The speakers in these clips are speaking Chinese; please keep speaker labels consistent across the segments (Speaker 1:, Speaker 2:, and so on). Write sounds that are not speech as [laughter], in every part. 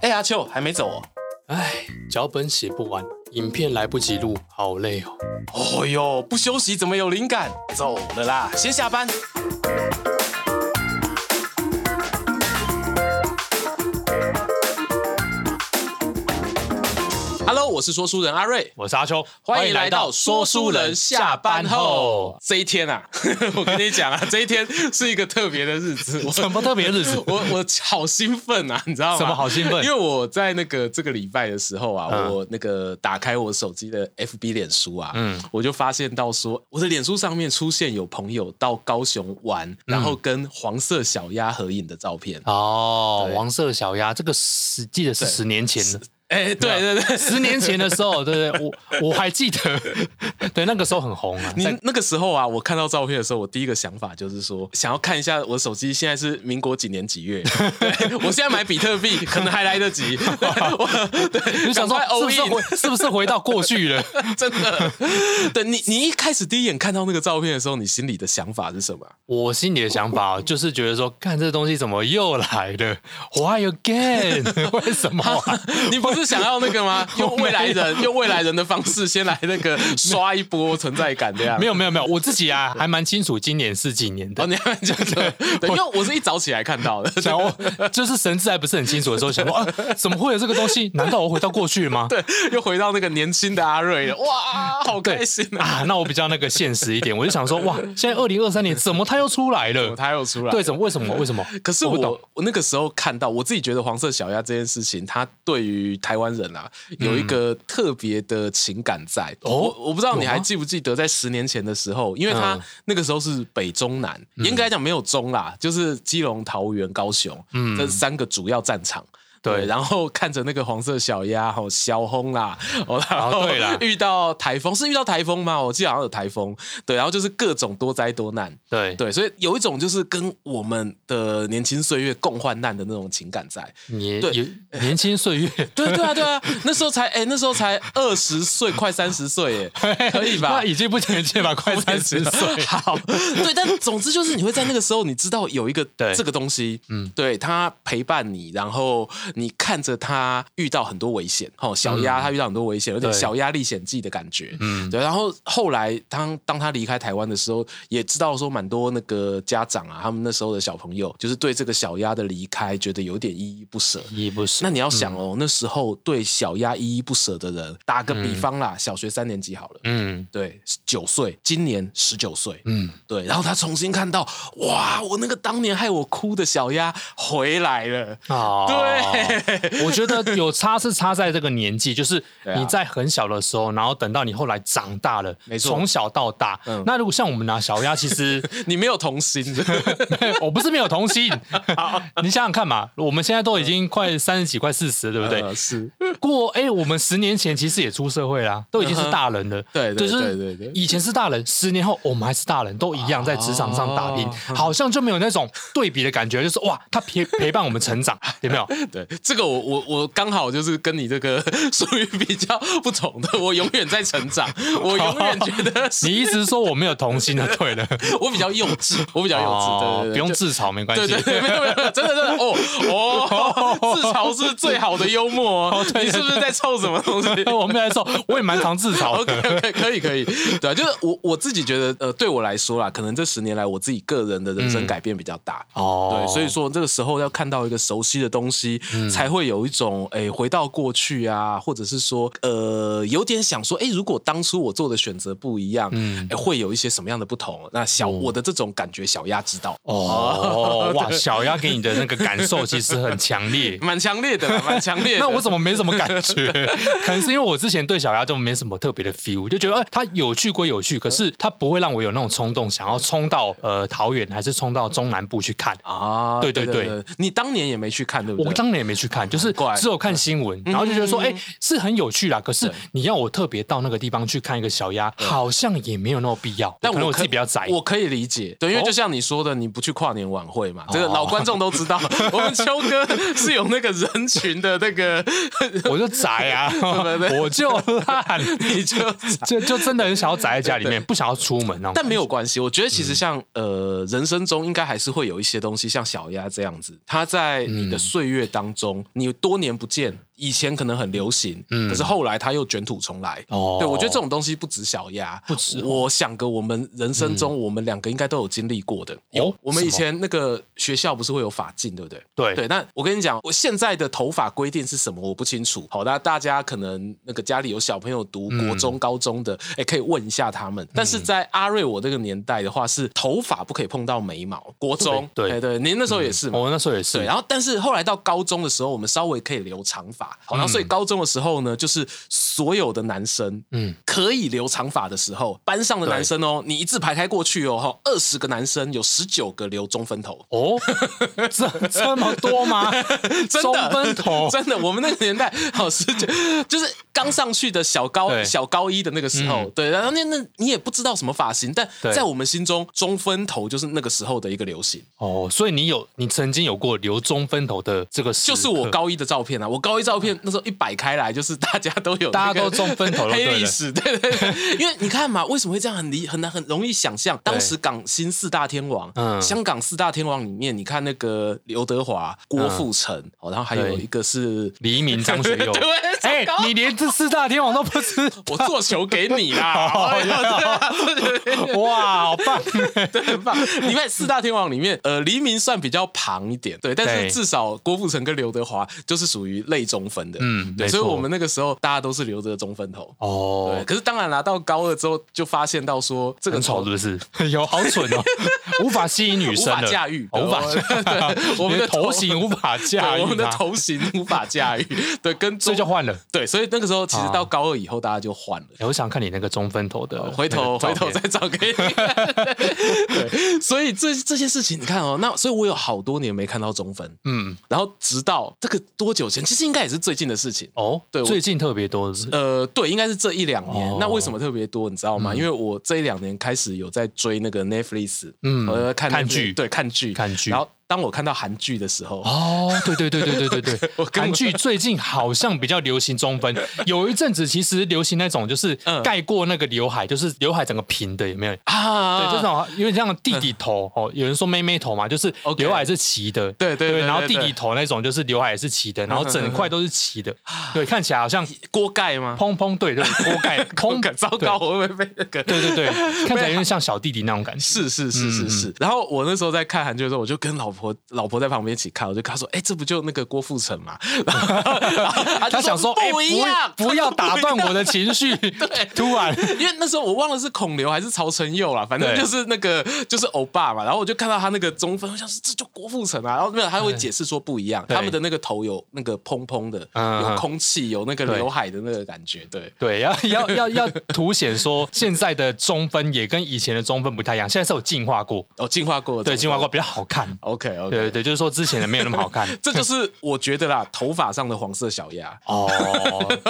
Speaker 1: 哎、阿秋还没走哦。
Speaker 2: 唉，哎脚本写不完，影片来不及录，好累哦。
Speaker 1: 哦哟，不休息怎么有灵感？走了啦，先下班。Hello，我是说书人阿瑞，
Speaker 2: 我是阿秋，
Speaker 1: 欢迎来到说书人下班后。。这一天啊， [laughs] 我跟你讲
Speaker 2: [laughs]
Speaker 1: 啊，这一天是一个特别的日子。我
Speaker 2: 什么特别日子？
Speaker 1: [laughs] 我我好兴奋啊，你知道吗？
Speaker 2: 什么好兴奋
Speaker 1: 因为我在那个这个礼拜的时候啊，
Speaker 2: 嗯
Speaker 1: 我那个打开我手机的 FB 脸书啊，
Speaker 2: 嗯
Speaker 1: 我就发现到说，我的脸书上面出现有朋友到高雄
Speaker 2: 嗯
Speaker 1: 玩，然后跟黄色小鸭合影的照片。
Speaker 2: 哦，
Speaker 1: 对
Speaker 2: 黄色小鸭，这个是记得是
Speaker 1: 对
Speaker 2: 十年前的，
Speaker 1: 哎、
Speaker 2: 啊
Speaker 1: 对对对，
Speaker 2: 十年前的时候，对对，我我还记得， [laughs] 对，那个时候很红啊。
Speaker 1: 你
Speaker 2: 在
Speaker 1: 那个时候啊，我看到照片的时候，我第一个想法就是说，想要看一下我手机现在是民国几年几月。 [laughs] 对我现在买比特币可能还来得及。 [laughs] 对我对，
Speaker 2: 你想说
Speaker 1: 赶快
Speaker 2: 是不
Speaker 1: all
Speaker 2: 是
Speaker 1: in
Speaker 2: 回是不是回到过去了？ [laughs]
Speaker 1: 真的。对你，你一开始第一眼看到那个照片的时候，你心里的想法是什么啊？ [laughs]
Speaker 2: 我心里的想法就是觉得说，看这东西怎么又来了？Why
Speaker 1: [laughs]
Speaker 2: again？为什么啊、
Speaker 1: 你不是想要那个
Speaker 2: [laughs]
Speaker 1: 吗？用未来人，用未来人的方式，先来那个刷一波存在感这样。
Speaker 2: 没有没有没有，我自己啊还蛮清楚今年是几年
Speaker 1: 哦，
Speaker 2: 的。
Speaker 1: 你 [laughs] 还讲对，对因为我是一早起来看到的。
Speaker 2: 想我就是神志还不是很清楚的时
Speaker 1: [laughs]
Speaker 2: 候，想说啊，怎么会有这个东西？难道我回到过去了吗？
Speaker 1: 对， [laughs] 又回到那个年轻的阿瑞了，哇，好开心啊！
Speaker 2: 啊，那我比较那个现实一点，我就
Speaker 1: [laughs]
Speaker 2: 想说，哇，现在二零二三年怎么它又出来了？
Speaker 1: 他又出来，
Speaker 2: 对，怎么为什么为什么？
Speaker 1: 可是
Speaker 2: 我
Speaker 1: 我
Speaker 2: 不
Speaker 1: 我那个时候看到，我自己觉得黄色小鸭这件事情，它对于台湾人啊有一个特别的情感在。
Speaker 2: 嗯哦
Speaker 1: 我我不知道你
Speaker 2: 有吗
Speaker 1: 还记不记得，在十年前的时候，因为它
Speaker 2: 嗯
Speaker 1: 那个时候是北中南，严格来讲没有中啦，就是基隆、桃园、高雄，
Speaker 2: 嗯
Speaker 1: 这三个主要战场。
Speaker 2: 对
Speaker 1: 然后看着那个黄色小鸭，哦，小轰啦，哦，然后
Speaker 2: 对啦
Speaker 1: 遇到台风是遇到台风吗？我记得好像有台风，对，然后就是各种多灾多难，
Speaker 2: 对，
Speaker 1: 对，所以有一种就是跟我们的年轻岁月共患难的那种情感在。
Speaker 2: 年
Speaker 1: 对
Speaker 2: 有年轻岁月
Speaker 1: 对对啊，对啊，那时候才哎、那时候才二十岁，快三十岁，哎， [laughs] 可以吧。
Speaker 2: [laughs] 那？已经不年轻了吧，快三十岁 [laughs]
Speaker 1: 好， [laughs] 对，但总之就是你会在那个时候，你知道有一个
Speaker 2: 对
Speaker 1: 这个东西，嗯，对，它陪伴你，然后你看着它遇到很多危险，哦，小鸭它遇到很多危险，有点
Speaker 2: 嗯对
Speaker 1: 小鸭历险记的感觉，
Speaker 2: 嗯，
Speaker 1: 对，然后后来当当他离开台湾的时候，也知道说蛮多那个家长啊，他们那时候的小朋友，就是对这个小鸭的离开觉得有点依依不舍。
Speaker 2: 一不是
Speaker 1: 那你要想
Speaker 2: 嗯
Speaker 1: 哦，那时候对小鸭依依不舍的人，打个比方啦，小学三年级好了，
Speaker 2: 嗯
Speaker 1: 对，九岁，今年十九岁，
Speaker 2: 嗯，
Speaker 1: 对，然后他重新看到，哇，我那个当年害我哭的小鸭回来了，
Speaker 2: 哦，
Speaker 1: 对，
Speaker 2: 我觉得有差是差在这个年纪，就是
Speaker 1: 对啊
Speaker 2: 你在很小的时候，然后等到你后来长大了，
Speaker 1: 没错
Speaker 2: 从小到大。
Speaker 1: 嗯
Speaker 2: 那如果像我们拿小鸭，其实
Speaker 1: [laughs] 你没有童心，
Speaker 2: [laughs] 我不是没有童心，你想想看嘛，我们现在都已经快三十几、快四十，对不对？
Speaker 1: 呃 [laughs] 是，
Speaker 2: 过哎、我们十年前其实也出社会啦，都已经是大人了。
Speaker 1: 嗯对对
Speaker 2: 就
Speaker 1: 对
Speaker 2: 是
Speaker 1: 对对
Speaker 2: 以前是大人，十年后我们还是大人，都一样在职场上打拼，
Speaker 1: 哦
Speaker 2: 好像就没有那种对比的感觉，就是哇，他陪陪伴我们成
Speaker 1: [laughs]
Speaker 2: 长，有没有？
Speaker 1: 对，这个我我我刚好就是跟你这个 [laughs] 属于比较不同的，我永远在成长，我永远觉得是
Speaker 2: 你一直说我没有童心的，
Speaker 1: [laughs]
Speaker 2: 对了，哦
Speaker 1: 我比较幼稚，我比较幼稚，对对对，
Speaker 2: 不用
Speaker 1: 就。
Speaker 2: 自嘲，没关
Speaker 1: 对
Speaker 2: 系
Speaker 1: 对。对，没有没有，没有真的真的哦
Speaker 2: [laughs]
Speaker 1: 哦，自嘲是最好的幽默哦。你是不是在臭什么东西
Speaker 2: [laughs] 我没来说，我也蛮常自嘲
Speaker 1: ？OK
Speaker 2: 的。
Speaker 1: OK，可以可以，对啊，就是我我自己觉得，呃，对我来说啦，可能这十年来我自己个人的人生改变比较大，
Speaker 2: 哦
Speaker 1: [laughs]
Speaker 2: 嗯
Speaker 1: 对，所以说这个时候要看到一个熟悉的东西，才会有一种诶、回到过去啊，或者是说呃有点想说，诶、如果当初我做的选择不一样，嗯、会有一些什么样的不同？那小、我的这种感觉，小鸭知道。 [laughs]
Speaker 2: 哦，哇，小鸭给你的那个感受其实很强烈。
Speaker 1: 蛮强烈的啦，蛮强 [laughs] 烈的。
Speaker 2: [laughs] 那我怎么没什么感觉？ [laughs] 可能是因为我之前对小鸭就没什么特别的 feel，就觉得哎，它有趣归有趣，可是它不会让我有那种冲动想要冲到呃桃园还是冲到中南部去看。
Speaker 1: 啊？
Speaker 2: 对
Speaker 1: 对
Speaker 2: 对对，
Speaker 1: 你当年也没去看，对不对？
Speaker 2: 我当年也没去看，就是
Speaker 1: 怪嗯
Speaker 2: 只有看新闻，然后就觉得说，哎、是很有趣啦。可是你要我特别到那个地方去看一个小鸭，好像也没有那么必要。
Speaker 1: 但
Speaker 2: 可能
Speaker 1: 我
Speaker 2: 我
Speaker 1: 可
Speaker 2: 自己比较宅。
Speaker 1: 我可以理解，对，因为
Speaker 2: 哦
Speaker 1: 就像你说的，你不去跨年晚会嘛，这个老观众都
Speaker 2: [laughs]
Speaker 1: 知道，我们秋哥是有那个人群的那个，
Speaker 2: 我就宅啊，
Speaker 1: [laughs] 对对
Speaker 2: 我就烂， [laughs]
Speaker 1: 你就
Speaker 2: 就就真的很想要宅在家里面，不想要出门那种。
Speaker 1: 但没有关系，我觉得其实像、
Speaker 2: 嗯
Speaker 1: 呃，人生中应该还是会有一些东西，像小鸭这样子，它在你的岁月当中，你多年不见，以前可能很流行，
Speaker 2: 嗯
Speaker 1: 可是后来它又卷土重来。
Speaker 2: 哦
Speaker 1: 对，我觉得这种东西不止小鸭，
Speaker 2: 不止哦
Speaker 1: 我想个我们人生中，我们两个应该都有经历过的。
Speaker 2: 有
Speaker 1: 我们以
Speaker 2: 哦什么
Speaker 1: 前那个学校不是会有法禁，对不对？
Speaker 2: 对
Speaker 1: 对，那我跟你讲，我现在的头发规定是什么，我不清楚。好，那大家可能那个家里有小朋友读
Speaker 2: 嗯
Speaker 1: 国中、高中的，哎、可以问一下他们。但是在阿瑞我这个年代的话，是头发不可以碰到眉毛。国中，
Speaker 2: 对对
Speaker 1: 哎对，您那时候也是嘛？
Speaker 2: 我那时候也是
Speaker 1: 对，，然后但是后来到高中的时候，我们稍微可以留长发，好，然后所以高中的时候呢，就是所有的男生，嗯
Speaker 2: 嗯，
Speaker 1: 可以留长发的时候，班上的男生哦，你一字排开过去哦，哈，二十个男生有十九个留中分头， [laughs]
Speaker 2: 哦，这这么多吗？
Speaker 1: 真
Speaker 2: 中
Speaker 1: 的
Speaker 2: 分头
Speaker 1: [laughs] 真的，我们那个年代好十九，就是刚上去的小高
Speaker 2: 对嗯
Speaker 1: 小高一的那个时候，对，然后那那你也不知道什么发型，但
Speaker 2: 对
Speaker 1: 在我们心中，中分头就是那个时候的一个流行。
Speaker 2: 哦，所以你有你曾经有过留中分头的这个时刻，
Speaker 1: 就是我高一的照片啊，我高一照片那时候一摆开来，就是大家都有那个、
Speaker 2: 大家都中分
Speaker 1: [laughs]
Speaker 2: 头了
Speaker 1: 黑
Speaker 2: 对
Speaker 1: 历
Speaker 2: 了
Speaker 1: 史，对对对，因为你看嘛，为什么会这样很离很难很容易想象？当时港新四大天王，
Speaker 2: 嗯
Speaker 1: 香港四大天王里面，你看那个刘德华、郭富城，哦，然后还有
Speaker 2: 对
Speaker 1: 一个是，
Speaker 2: 黎明、张学
Speaker 1: [laughs]
Speaker 2: 友
Speaker 1: 对
Speaker 2: 哎、
Speaker 1: 糟糕
Speaker 2: 你连这四大天王都不知道
Speaker 1: 我做球给你啦，
Speaker 2: [laughs] 哦
Speaker 1: 哎呦对对 [laughs] 对
Speaker 2: 哇，好棒！
Speaker 1: [laughs] 对，很棒。里面四大天王里面，呃，黎明算比较旁一点，对，但是
Speaker 2: 对
Speaker 1: 至少郭富城跟刘德华就是属于类中分的，
Speaker 2: 嗯
Speaker 1: 对，
Speaker 2: 没
Speaker 1: 所以
Speaker 2: 错
Speaker 1: 我们那个时候大家都是留着中分头。对，
Speaker 2: 哦，
Speaker 1: 可是当然啦，到高二之后就发现到说这个
Speaker 2: 很
Speaker 1: 头
Speaker 2: 丑是不是？ [laughs] 有好蠢
Speaker 1: [laughs]
Speaker 2: 哦，无法吸引女
Speaker 1: 无
Speaker 2: 生
Speaker 1: 法
Speaker 2: 了
Speaker 1: 驾驭，
Speaker 2: 哦无法驾驭
Speaker 1: 对，我们
Speaker 2: [laughs] 你
Speaker 1: 的
Speaker 2: 的头型无法
Speaker 1: [laughs] 对
Speaker 2: [laughs] 驾驭，啊
Speaker 1: 我们的，头型无法驾驭，对，跟中
Speaker 2: 所以就啊换了。
Speaker 1: 对，所以那个时候其实到高二以后大家就换了。
Speaker 2: 哎我想看你那个中分头的，
Speaker 1: 哦回头回头再。找给你看。对， [laughs] 所以这这些事情你看哦，那所以我有好多年没看到中分，
Speaker 2: 嗯，
Speaker 1: 然后直到这个多久前，其实应该也是最近的事情。
Speaker 2: 哦，
Speaker 1: 对我
Speaker 2: 最近特别多的是，
Speaker 1: 呃，对，应该是这一两年。
Speaker 2: 哦
Speaker 1: 那为什么特别多，你知道吗？因为我这一两年开始有在追那个 Netflix，
Speaker 2: 嗯
Speaker 1: 我在看
Speaker 2: 看
Speaker 1: Netflix，
Speaker 2: 剧
Speaker 1: 对，看剧，
Speaker 2: 看剧
Speaker 1: 然后当我看到韩剧的时候，
Speaker 2: 哦，对对对对对对
Speaker 1: [laughs] 我根
Speaker 2: 对，
Speaker 1: 本
Speaker 2: 韩剧最近好像比较流行中分，有一阵子其实流行那种就是
Speaker 1: 嗯
Speaker 2: 盖过那个刘海，就是刘海整个平的，有没有？
Speaker 1: 啊，
Speaker 2: 对，就这种有点像弟弟头哦，有人说妹妹头嘛，就是
Speaker 1: 嗯 OK
Speaker 2: 刘海是齐的，
Speaker 1: 对对对对
Speaker 2: 然后
Speaker 1: 对嗯
Speaker 2: 弟弟头那种就是刘海也是齐的，然后整块都是齐的，对，看起来好像
Speaker 1: 锅盖吗？
Speaker 2: 砰
Speaker 1: [laughs]
Speaker 2: 砰对对锅盖砰，
Speaker 1: 糟糕，我会不会被那个？
Speaker 2: 对，对对
Speaker 1: [laughs]
Speaker 2: 对，看起来有点像小弟弟那种感觉，
Speaker 1: 是是是
Speaker 2: 嗯
Speaker 1: 是是。然后我那时候在看韩剧的时候，我就跟老婆老婆在旁边一起看，我就跟她说：“哎、这不就那个郭富城嘛？” [laughs] 然后
Speaker 2: [laughs]
Speaker 1: 她就
Speaker 2: 他想说，哎，
Speaker 1: 不一样，
Speaker 2: 不不要打断我的情绪，突然。
Speaker 1: [laughs] 因为那时候我忘了是孔刘还是曹承佑啦，反正
Speaker 2: 对
Speaker 1: 就是那个就是欧巴嘛。然后我就看到他那个中分，我想是这就郭富城啊。然后没有，他会解释说不一样，
Speaker 2: 嗯对
Speaker 1: 他们的那个头有那个蓬蓬的，
Speaker 2: 嗯
Speaker 1: 有空气，有那个
Speaker 2: 对
Speaker 1: 刘海的那个感觉。对，
Speaker 2: 对，要
Speaker 1: [laughs]
Speaker 2: 要要要凸显说现在的中分也跟以前的中分不太一样，现在是有进化过，
Speaker 1: 哦，进化过了，
Speaker 2: 对，进化过。比较好看。
Speaker 1: OK OK，
Speaker 2: 对对对，就是说之前的没有那么好看。
Speaker 1: 这就是我觉得啦，头发上的黄色小鸭。
Speaker 2: 哦，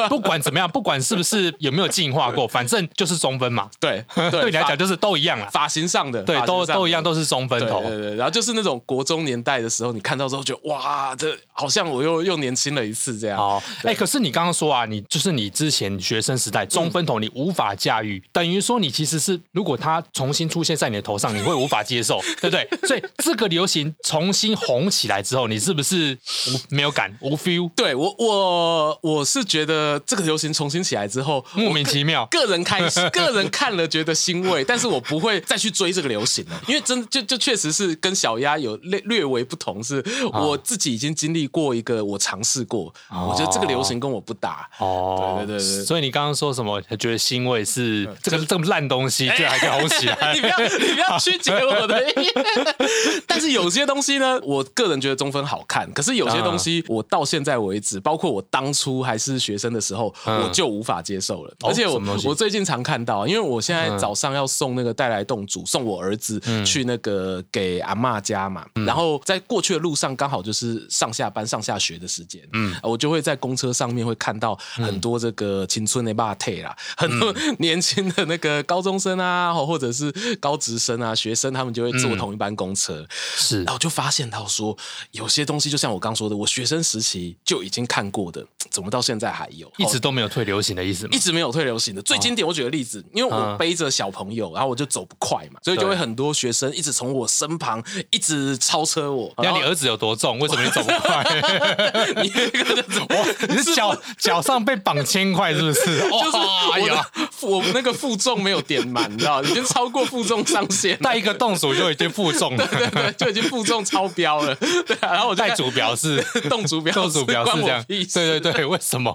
Speaker 2: 不管怎么样，不管是不是有没有进化过，反正就是中分嘛。
Speaker 1: [laughs] 对
Speaker 2: 对 [laughs] 你来
Speaker 1: 发
Speaker 2: 讲就是都一样啦，
Speaker 1: 发型上的，
Speaker 2: 对
Speaker 1: 发，型
Speaker 2: 都
Speaker 1: 上的
Speaker 2: 都一样，。都是中分
Speaker 1: 对
Speaker 2: 头
Speaker 1: 对。对，然后就是那种国中年代的时候，你看到之后觉得哇，这好像我又又年轻了一次这样。 [laughs]
Speaker 2: 哦，哎、可是你刚刚说啊，你就是你之前学生时代中分头你无法驾驭，等于说你其实是如果它重新出现在你的头上，你会无法
Speaker 1: [laughs]
Speaker 2: 接受，对不对？所以这个流行重新红起来之后，你是不是无没有感无 feel，
Speaker 1: 对我我我是觉得这个流行重新起来之后，
Speaker 2: 莫名其
Speaker 1: [laughs]
Speaker 2: 妙？
Speaker 1: 个人开
Speaker 2: [laughs]
Speaker 1: 心，个人看了觉得欣慰，但是我不会再去追这个流行了，因为真就就确实是跟小鸭有略略微不同，是我自己已经经历过一个，我尝试过，
Speaker 2: 啊哦
Speaker 1: 我觉得这个流行跟我不搭。
Speaker 2: 哦，
Speaker 1: 对对对对
Speaker 2: 所以你刚刚说什么？觉得欣慰是这个这么烂东西居然还可以红起
Speaker 1: [laughs]
Speaker 2: 来
Speaker 1: 你不要，你不要曲解我的意。但是有些东西呢，我个人觉得中分好看，可是有些东西我到现在为止，包括我当初还是学生的时候，
Speaker 2: 嗯
Speaker 1: 我就无法接受了。
Speaker 2: 哦
Speaker 1: 而且我
Speaker 2: 什么东西嗯
Speaker 1: 我最近常看到，因为我现在早上要送那个带来冻煮，送我儿子去那个给阿嬷家嘛，
Speaker 2: 嗯
Speaker 1: 然后在过去的路上刚好就是上下班、上下学的时间，嗯，我就会在公车上面会看到
Speaker 2: 嗯
Speaker 1: 很多这个青春的霸退啦，很多 [laughs] 年轻的那个高中生啊，或者是高职生啊、学生，他们就会坐同一班公车，
Speaker 2: [laughs] 是
Speaker 1: 然后我就发现到说，有些东西就像我刚说的，我学生时期就已经看过的，怎么到现在还有？
Speaker 2: 一直都没有退流行的意思吗
Speaker 1: 一？直没有退流行的。最经典，我举个例子，因为我背着小朋友，然后我就走不快嘛，所以就会
Speaker 2: 啊对
Speaker 1: 很多学生一直从我身旁一直超车我。
Speaker 2: 那
Speaker 1: 然后
Speaker 2: 你儿子有多重？为什么
Speaker 1: [laughs]
Speaker 2: 你走不
Speaker 1: 哦
Speaker 2: 快？
Speaker 1: 你那个就
Speaker 2: [laughs]
Speaker 1: 走
Speaker 2: 你是脚脚上被绑千块是不是？
Speaker 1: [laughs]
Speaker 2: [laughs]
Speaker 1: 就是
Speaker 2: 哦，哎
Speaker 1: 我
Speaker 2: 呀，
Speaker 1: 的负我那个负重没有点满，你知道，已经超过负重上限了，
Speaker 2: [laughs] 带一个洞鼠就已经负重 [laughs] 了，
Speaker 1: [laughs] 对对，就已经负重超标了。对啊，然后我就
Speaker 2: 带
Speaker 1: 看
Speaker 2: 主表 [laughs] 示。
Speaker 1: 动主表
Speaker 2: 洞鼠表示
Speaker 1: 关
Speaker 2: 这
Speaker 1: 我
Speaker 2: 样，
Speaker 1: 屁事
Speaker 2: 对对对，为什 [laughs] 么？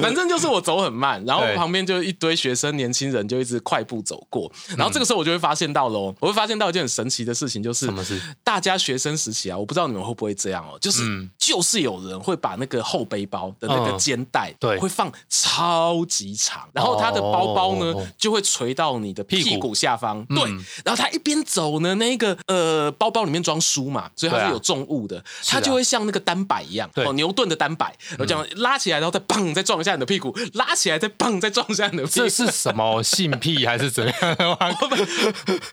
Speaker 1: 反正就是我走很慢，然后
Speaker 2: 对
Speaker 1: 旁边就一堆学生年轻人就一直快步走过，
Speaker 2: 嗯
Speaker 1: 然后这个时候我就会发现到喽，我会发现到一件很神奇的事情，就是
Speaker 2: 什么事？
Speaker 1: 大家学生时期啊，我不知道你们会不会这样哦，就是、
Speaker 2: 嗯
Speaker 1: 就是有人会把那个后背包的那个
Speaker 2: 嗯
Speaker 1: 肩带，
Speaker 2: 对
Speaker 1: 会放超级长，然后他的包包呢、
Speaker 2: 哦
Speaker 1: 就会垂到你的屁
Speaker 2: 屁
Speaker 1: 股
Speaker 2: 股嗯
Speaker 1: 下方，对，然后他一边走呢，那个呃包包里面装书嘛，所以它
Speaker 2: 对
Speaker 1: 是
Speaker 2: 啊
Speaker 1: 有重物的，
Speaker 2: 是
Speaker 1: 它
Speaker 2: 啊
Speaker 1: 就会像那个单摆一样，
Speaker 2: 对
Speaker 1: 哦牛顿的单摆，然后这样拉起来，然后再砰再撞一下你的屁股，拉起来再砰再撞一下你的屁股
Speaker 2: 这。是什么性癖还是怎样 [laughs] 的话？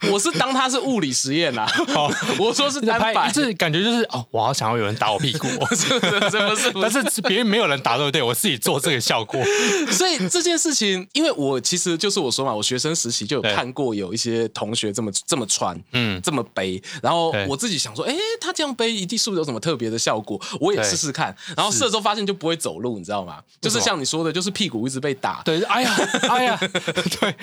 Speaker 1: 我是当它是物理实验啦，
Speaker 2: [laughs]
Speaker 1: 我说是单
Speaker 2: 拍
Speaker 1: 摆，
Speaker 2: 一次感觉就是哦，我好想要有人打我 [laughs] 屁股哦，
Speaker 1: 是不是？是不是？
Speaker 2: 但是别人没有人打对不对？我自己做这个效果，
Speaker 1: 所以这件事情，因为我其实就是我说嘛，我学生时期就有
Speaker 2: 对
Speaker 1: 看过有一些同学这么这么穿，嗯
Speaker 2: 嗯，
Speaker 1: 这么背，然后
Speaker 2: 对
Speaker 1: 我自己想说，哎、他这样背一定是不是有什么特别的效果？我也
Speaker 2: 对
Speaker 1: 试试看。然后试了之后发现就不会走路，你知道吗？就是
Speaker 2: 为什么
Speaker 1: 像你说的，就是屁股一直被打。
Speaker 2: [laughs] 对，哎呀，哎呀， [laughs] 对，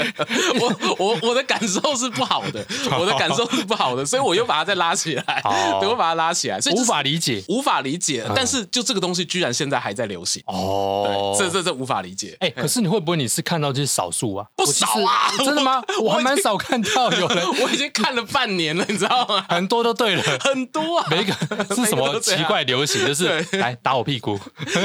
Speaker 1: 我我 [laughs] 我的感受是不好的，我的感受是不好的，所以我又把它再拉起来，
Speaker 2: 好
Speaker 1: 对，我把它拉起来，所以这
Speaker 2: 无
Speaker 1: 是
Speaker 2: 法理嗯解
Speaker 1: 无法理解。但是就这个东西居然现在还在流行，
Speaker 2: 哦
Speaker 1: 这这这无法理解。 [laughs]
Speaker 2: 哎、可是你会不会你是看到这些少数啊？
Speaker 1: 不
Speaker 2: 我其实
Speaker 1: 少啊
Speaker 2: 真的吗？
Speaker 1: 我
Speaker 2: 我还蛮少看到有人，
Speaker 1: 我已经看了半年了，你知道吗？
Speaker 2: 很多都对了。
Speaker 1: 很多啊，
Speaker 2: [laughs] 每一个是什么奇怪流行？就是
Speaker 1: 对
Speaker 2: 来打我屁
Speaker 1: [laughs]
Speaker 2: 股，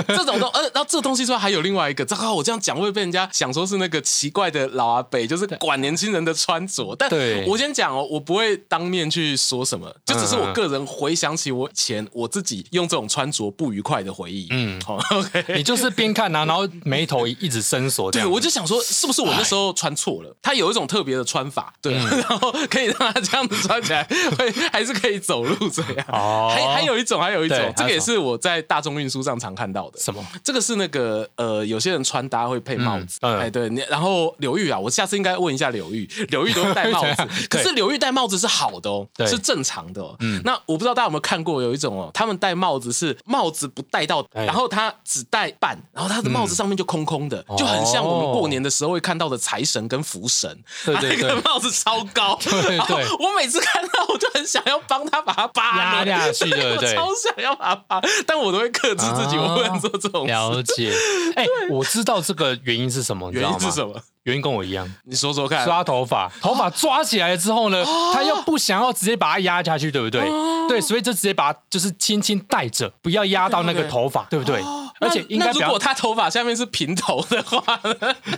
Speaker 1: 这种东，呃，然后这东西之外还有另外一个，糟糕，我这样讲会被人家想说是那个奇怪的老阿北，就是管年轻人的穿着。但
Speaker 2: 对
Speaker 1: 我先讲哦，我不会当面去说什么，就只是我个人回想起我以前我自己用这种穿着不愉快的回忆。嗯，好、o k
Speaker 2: 你就是边看啊，然后眉头一直伸缩这
Speaker 1: 对，
Speaker 2: 样。
Speaker 1: 我就想说，是不是我那时候穿错了？他有一种特别的穿法，对，
Speaker 2: 嗯
Speaker 1: [laughs] 然后可以让他这样子穿起来，会还是可以走路这样。
Speaker 2: 哦
Speaker 1: 还还有一种，还有一
Speaker 2: 对还
Speaker 1: 种
Speaker 2: 有，
Speaker 1: 这个也
Speaker 2: 什
Speaker 1: 是我在大众运输上常看到的。
Speaker 2: 什么？
Speaker 1: 这个是那个呃，有些人穿搭会配帽子，
Speaker 2: 嗯嗯
Speaker 1: 哎，对，你然后刘玉啊，我下次应该问一下刘
Speaker 2: [laughs]
Speaker 1: 玉，刘玉都会戴帽
Speaker 2: 对
Speaker 1: 子，可是刘玉戴帽子是好的哦，
Speaker 2: 对嗯
Speaker 1: 是正常的、哦。那我不知道大家有没有看过，有一种哦，他们戴帽子是帽子不戴到，
Speaker 2: 哎
Speaker 1: 然后他只戴半，然后他的帽子上面就空空的，
Speaker 2: 嗯
Speaker 1: 就很像我们过年的时候会看到的财神跟福神，
Speaker 2: 对
Speaker 1: 他
Speaker 2: 对
Speaker 1: 那
Speaker 2: 对
Speaker 1: 个帽子超高，
Speaker 2: [laughs] 对
Speaker 1: 然后
Speaker 2: 对
Speaker 1: 我每次看到我就很想要帮他把它扒
Speaker 2: 压下去
Speaker 1: 对
Speaker 2: 对不
Speaker 1: [laughs] 我
Speaker 2: 对
Speaker 1: 超想要把它扒，但我都会克制自己，
Speaker 2: 啊
Speaker 1: 我不能做这种事。[laughs]
Speaker 2: 了解。哎、我知道这个原因是什么，你知
Speaker 1: 原
Speaker 2: 道
Speaker 1: 因
Speaker 2: 吗？
Speaker 1: 是什么？哎哦
Speaker 2: 原因跟我一样，
Speaker 1: 你说说看。
Speaker 2: 抓头发，头发抓起来之后呢，
Speaker 1: 哦
Speaker 2: 他又不想要直接把它压下去，对不对？对，所以就直接把它就是轻轻带着，不要压到那个
Speaker 1: OK，OK
Speaker 2: 头发，对不对？
Speaker 1: 那
Speaker 2: 而且应该
Speaker 1: 哦那
Speaker 2: 不
Speaker 1: 如
Speaker 2: 要
Speaker 1: 果他头发下面是平头的话呢，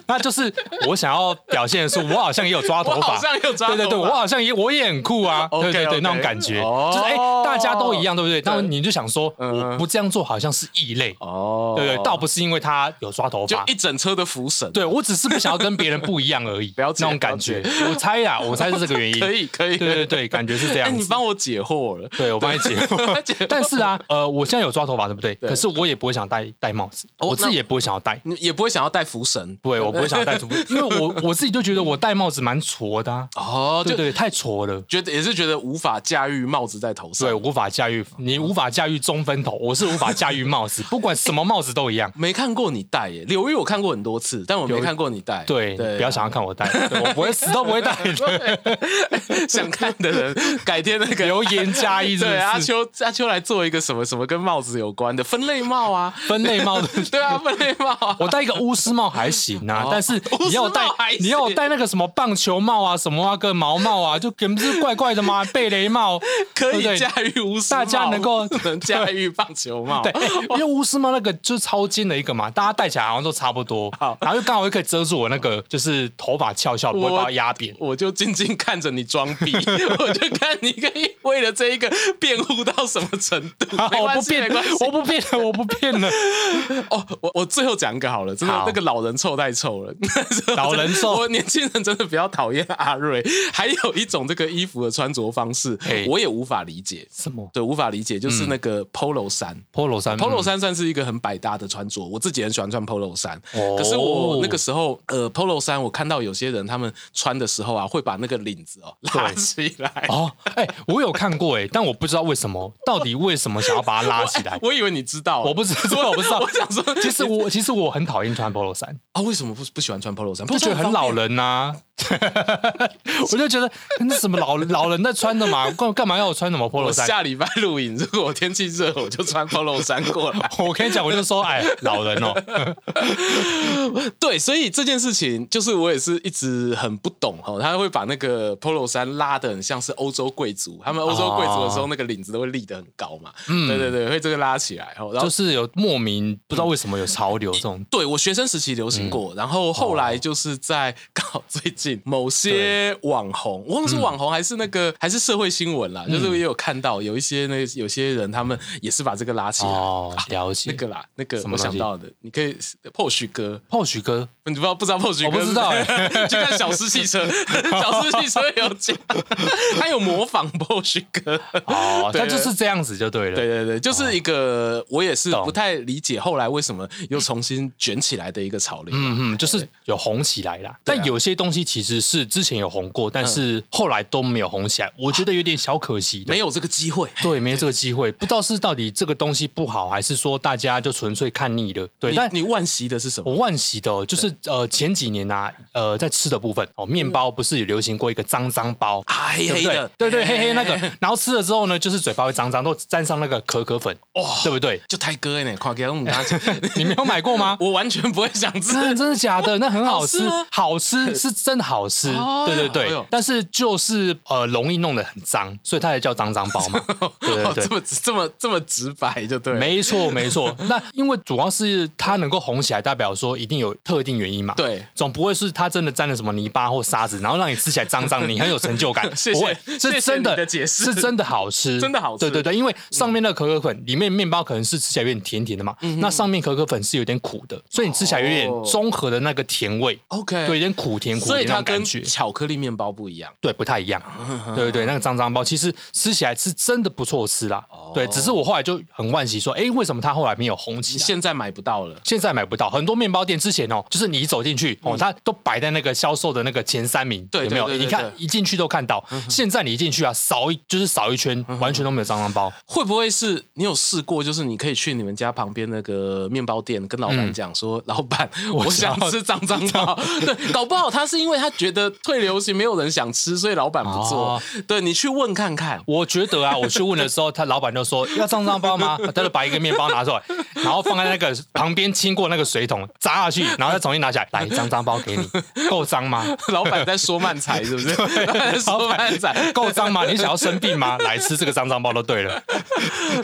Speaker 2: 那就是我想要表现出我好像也有 [laughs] 抓头
Speaker 1: 我
Speaker 2: 发，
Speaker 1: 好像也有抓头发
Speaker 2: 对对对，我好像也我也很酷啊
Speaker 1: 啊 [laughs] OK，
Speaker 2: 对对
Speaker 1: OK
Speaker 2: 对，那种感觉，
Speaker 1: 哦
Speaker 2: 就是哎、大家都一样，对不对？那你就想说，
Speaker 1: 嗯
Speaker 2: 我不这样做好像是异类，
Speaker 1: 哦
Speaker 2: 对对，倒不是因为他有抓头
Speaker 1: 就
Speaker 2: 发
Speaker 1: 一。整车的福神。
Speaker 2: 对，我只是不想要跟别人不一样
Speaker 1: [laughs]
Speaker 2: 而已，
Speaker 1: 了解 [laughs]
Speaker 2: 那种感觉。我猜啦，我猜是这个原因。
Speaker 1: 可以可以
Speaker 2: 对对对，感觉是这
Speaker 1: 哎，
Speaker 2: 样
Speaker 1: 你
Speaker 2: 子。
Speaker 1: 帮我解惑
Speaker 2: [laughs]
Speaker 1: 了。
Speaker 2: 对，我帮你解惑
Speaker 1: 解惑。
Speaker 2: 但是啊，呃，我现在有抓头发，对不对？可是我也不会想戴戴帽子，
Speaker 1: 哦
Speaker 2: 我自
Speaker 1: 那
Speaker 2: 己也不会想要
Speaker 1: [laughs]
Speaker 2: 戴。
Speaker 1: 你也不会想要戴福神
Speaker 2: 对，我不会想要戴头发，因为我我自己就觉得我戴帽子蛮挫的啊。
Speaker 1: 哦，
Speaker 2: 对
Speaker 1: [laughs] 就
Speaker 2: 对，太挫了。
Speaker 1: 觉得也是觉得无法驾驭帽子在头上
Speaker 2: 对，。无法驾驭，你无法驾驭中分头，我是无法驾驭
Speaker 1: [laughs]
Speaker 2: 帽子，不管什么帽子都一样。
Speaker 1: 没看过你戴耶，刘玉我看过很多次，但我没
Speaker 2: 刘玉
Speaker 1: 看过你戴。
Speaker 2: 对，你不要想要看我戴，对我不会死都不会戴的。
Speaker 1: [laughs] 想看的人，改天那个
Speaker 2: 留言加一，是
Speaker 1: 对啊阿
Speaker 2: 不是？
Speaker 1: 秋阿秋来做一个什么什么跟帽子有关的分类帽啊，
Speaker 2: 分类帽子，
Speaker 1: [laughs] 对啊，分类帽啊，
Speaker 2: 我戴一个巫师帽还行啊
Speaker 1: 哦，[laughs]
Speaker 2: 但是
Speaker 1: 巫
Speaker 2: 你
Speaker 1: 师
Speaker 2: 要
Speaker 1: 帽
Speaker 2: 我戴
Speaker 1: 还行
Speaker 2: 你要我戴那个什么棒球帽啊，什么啊个毛帽啊，就 [laughs] 根本是怪怪的
Speaker 1: [laughs]
Speaker 2: 嘛，贝雷帽
Speaker 1: 可
Speaker 2: 对不
Speaker 1: 以
Speaker 2: 对
Speaker 1: 驾驭巫师帽，
Speaker 2: 大家能够
Speaker 1: 不 [laughs] 能驾驭棒球 [laughs] 帽，
Speaker 2: 对，哎
Speaker 1: 哦
Speaker 2: 因为巫师帽那个就是超尖的一个嘛，大家戴起来好像都差不多，然后又刚好又可以遮住我那个就是头发翘翘，不会把它压扁。
Speaker 1: 我就静静看着你装 [laughs] 逼，我就看你可以为了这一个辩护到什么程度。
Speaker 2: 啊，
Speaker 1: 没
Speaker 2: [laughs] 我
Speaker 1: 关
Speaker 2: 不
Speaker 1: 系，没
Speaker 2: 变
Speaker 1: 关系，，
Speaker 2: 我不变了，我不变了。
Speaker 1: 哦，我我最后讲一个好了，真的
Speaker 2: 好
Speaker 1: 那个老人臭太臭了， [laughs]
Speaker 2: [laughs] 老人臭
Speaker 1: 我年轻人真的不要讨厌阿瑞。还有一种这个衣服的穿着方式
Speaker 2: 嘿，
Speaker 1: 我也无法理解，
Speaker 2: 什么
Speaker 1: 对，无法理解，就是那个 polo 衫。
Speaker 2: polo 衫
Speaker 1: polo 衫算是一个很百搭的穿着，我自己很喜欢穿 polo 衫。
Speaker 2: 哦
Speaker 1: 可是我那个时候，呃，polo 衫我看到有些人他们穿的时候啊，会把那个领子哦 [laughs] 拉
Speaker 2: [laughs]
Speaker 1: 起来。？
Speaker 2: 哦，哎、我有看过哎、但我不知道为什么，到底为什么想要把它拉起来
Speaker 1: 我以为你知道，
Speaker 2: [laughs]
Speaker 1: 啊
Speaker 2: 我不知道，我不知道。
Speaker 1: 我想说
Speaker 2: 其实我其实我很讨厌穿 polo 衫，
Speaker 1: 啊，为什么不不喜欢穿 polo 衫？
Speaker 2: 就觉得很老
Speaker 1: 了。
Speaker 2: 人呐、 [laughs] 我就觉得那什么老老人在穿的嘛，干干嘛要我穿什么
Speaker 1: 我
Speaker 2: polo 衫？
Speaker 1: 下礼拜露 [laughs] 营，如果我天气热，我就穿 polo 衫过
Speaker 2: [laughs]
Speaker 1: 来。
Speaker 2: 我跟你讲，我就说，哎，老人 [laughs] 哦，
Speaker 1: 对，所以这件事情就是我也是一直很不懂哦，他会把那个 polo 衫拉的很像是欧洲贵族，他们欧洲贵族的时
Speaker 2: 哦
Speaker 1: 候那个领子都会立得很高嘛，
Speaker 2: 嗯
Speaker 1: 对对对，会这个拉起来哦，然后
Speaker 2: 就是有莫名不知道为什么有潮流这种，
Speaker 1: 对我学生时期流
Speaker 2: 嗯
Speaker 1: 行过，然后
Speaker 2: 哦
Speaker 1: 后来就是在刚好 [laughs] 最近某些网红，我忘
Speaker 2: 嗯
Speaker 1: 了是网红还是那个、还是社会新闻啦，就是也有看到有一些那有些人他们也是把这个拉起来，
Speaker 2: 哦，了解。
Speaker 1: 那个啦，那个
Speaker 2: 什么
Speaker 1: 我
Speaker 2: 东
Speaker 1: 想
Speaker 2: 西
Speaker 1: 到的，你可以 Posh 哥，
Speaker 2: 或许哥，
Speaker 1: 你不知道不知道 Posh 哥？
Speaker 2: 我不知道欸
Speaker 1: [laughs] 去看小狮汽
Speaker 2: [laughs]
Speaker 1: 车，小狮汽车有讲，他有模仿 Posh 哥。
Speaker 2: [laughs] 哦，
Speaker 1: 对
Speaker 2: 他就是这样子就对了。哦
Speaker 1: 对对对，就是一个我也是
Speaker 2: 懂
Speaker 1: 不太理解后来为什么又重新卷起来的一个潮流。
Speaker 2: 嗯嗯，就是有红起来啦。
Speaker 1: 对啊嗯
Speaker 2: 但有些东西其实是之前有红过，但是后来都没有红起来，我觉得有点小可惜的。
Speaker 1: 没有这个机会，
Speaker 2: 对，没有这个机会，不知道是到底这个东西不好，还是说大家就纯粹看腻了。对，
Speaker 1: 你
Speaker 2: 但
Speaker 1: 你惋惜的是什么？
Speaker 2: 我惋惜的哦，就是呃前几年啊，呃在吃的部分哦，面包不是有流行过一个脏脏包，
Speaker 1: 黑
Speaker 2: 对
Speaker 1: 嗯
Speaker 2: 不
Speaker 1: 黑
Speaker 2: 对
Speaker 1: 的，？
Speaker 2: 对对，黑黑那个，然后吃了之后呢，就是嘴巴会脏脏，都沾上那个可可粉，
Speaker 1: 哇
Speaker 2: 对不对？
Speaker 1: 就泰哥呢，快给我们拿起
Speaker 2: 你没有买过吗？
Speaker 1: [laughs] 我完全不会想吃。
Speaker 2: 真的真的假的？ [laughs] 那很好
Speaker 1: 好
Speaker 2: 吃
Speaker 1: 吃吗，
Speaker 2: 好吃是真的好吃
Speaker 1: 哦，
Speaker 2: 对对
Speaker 1: 哎呦
Speaker 2: 对。但是就是呃，容易弄得很脏，所以它也叫脏脏包
Speaker 1: [laughs]
Speaker 2: 嘛。对
Speaker 1: 哦
Speaker 2: 对
Speaker 1: 这
Speaker 2: 对。
Speaker 1: 么这么这么直白就对了，
Speaker 2: 没错，没错。 [laughs] 那因为主要是它能够红起来，代表说一定有特定原因嘛。
Speaker 1: 对
Speaker 2: 总不会是它真的沾了什么泥巴或沙子，然后让你吃起来脏脏，你很有成就感。
Speaker 1: [laughs] 谢谢
Speaker 2: 不会
Speaker 1: 谢谢
Speaker 2: 是真
Speaker 1: 你的解释
Speaker 2: 是真的好吃，
Speaker 1: 真的好吃嗯
Speaker 2: 对对对，因为上面那个可可粉里面面包可能是吃起来有点甜甜的嘛，那上面可可粉是有点苦的，所以你吃起来有点
Speaker 1: 嗯哦
Speaker 2: 综合的那个甜味。
Speaker 1: OK，
Speaker 2: 对，有点苦甜苦
Speaker 1: 所以
Speaker 2: 甜那
Speaker 1: 它
Speaker 2: 种
Speaker 1: 跟嗯
Speaker 2: 感觉，
Speaker 1: 巧克力面包不一样。
Speaker 2: 对，不太一样。对对对，那个脏脏包其实吃起来是真的不错吃啦。
Speaker 1: 哦
Speaker 2: 对，只是我后来就很惋惜，说，哎，为什么它后来没有红起
Speaker 1: 你
Speaker 2: 来？
Speaker 1: 现在买不到了，
Speaker 2: 现在买不到，很多面包店之前哦，就是你一走进去哦，它都摆在那个销售的那个前三名，
Speaker 1: 嗯对
Speaker 2: 有没有？
Speaker 1: 对对对对
Speaker 2: 你
Speaker 1: 嗯
Speaker 2: 看一进去都看到，现在你一进去啊，扫一就是扫一圈，完全都没有脏脏包。
Speaker 1: 会不会是你有试过？就是你可以去你们家旁边那个面包店，跟老板讲说：“老
Speaker 2: [laughs]
Speaker 1: 板，我想
Speaker 2: 嗯想要
Speaker 1: 吃脏脏包。” [laughs] 对，搞不好他是因为他觉得退流行，没有人想吃，所以老板不做。
Speaker 2: 哦
Speaker 1: 对你去问看看，
Speaker 2: 我觉得啊，我去问的时候，他老板
Speaker 1: [laughs]
Speaker 2: 就说要脏脏包吗？他就把一个面包拿出来，然后放在那个旁边经过那个水桶砸下去，然后再重新拿起来，来脏脏包
Speaker 1: [laughs]
Speaker 2: 给你，够脏吗？
Speaker 1: 老板在说慢才是不 [laughs] 是？老板在说慢才，
Speaker 2: 够脏吗？你想要生病吗？来吃这个脏脏包都对了。
Speaker 1: [laughs]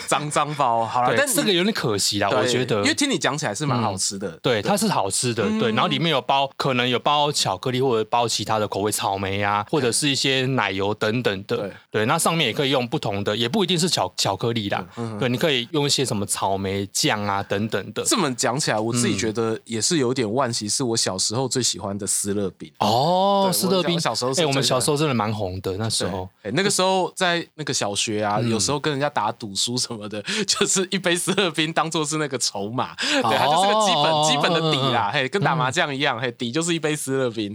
Speaker 1: 脏脏包好了
Speaker 2: 对，，
Speaker 1: 但
Speaker 2: 这个有点可惜啦，
Speaker 1: 对
Speaker 2: 我觉得
Speaker 1: 因。为听嗯你讲起来是蛮好吃的。
Speaker 2: 对，它是好吃的，对，然后里面有包，可能有包巧克力或者包其他的口味，草莓啊，或者是一些奶油等等的，
Speaker 1: 对
Speaker 2: 对，那上面也可以用不同的，也不一定是巧巧克力啦，
Speaker 1: 嗯
Speaker 2: 对，你可以用一些什么草莓酱啊等等的，
Speaker 1: 这么讲起来，我自己觉得也是有点惋惜，是我小时候最喜欢的思乐饼。
Speaker 2: 哦，
Speaker 1: 对
Speaker 2: 斯
Speaker 1: 我
Speaker 2: 乐
Speaker 1: 小
Speaker 2: 冰，
Speaker 1: 我小时候是
Speaker 2: 哎，我
Speaker 1: 真
Speaker 2: 们
Speaker 1: 的
Speaker 2: 小时候真的蛮红的，那时候
Speaker 1: 哎、那个时候在那个小学啊，有时候跟人家打赌输什么的， [laughs] 就是一杯斯乐冰当做是那个筹码，对，它就是个基本、
Speaker 2: 哦
Speaker 1: 基本的底啦，嘿，跟打麻将一样，嘿，底就是一杯斯乐冰。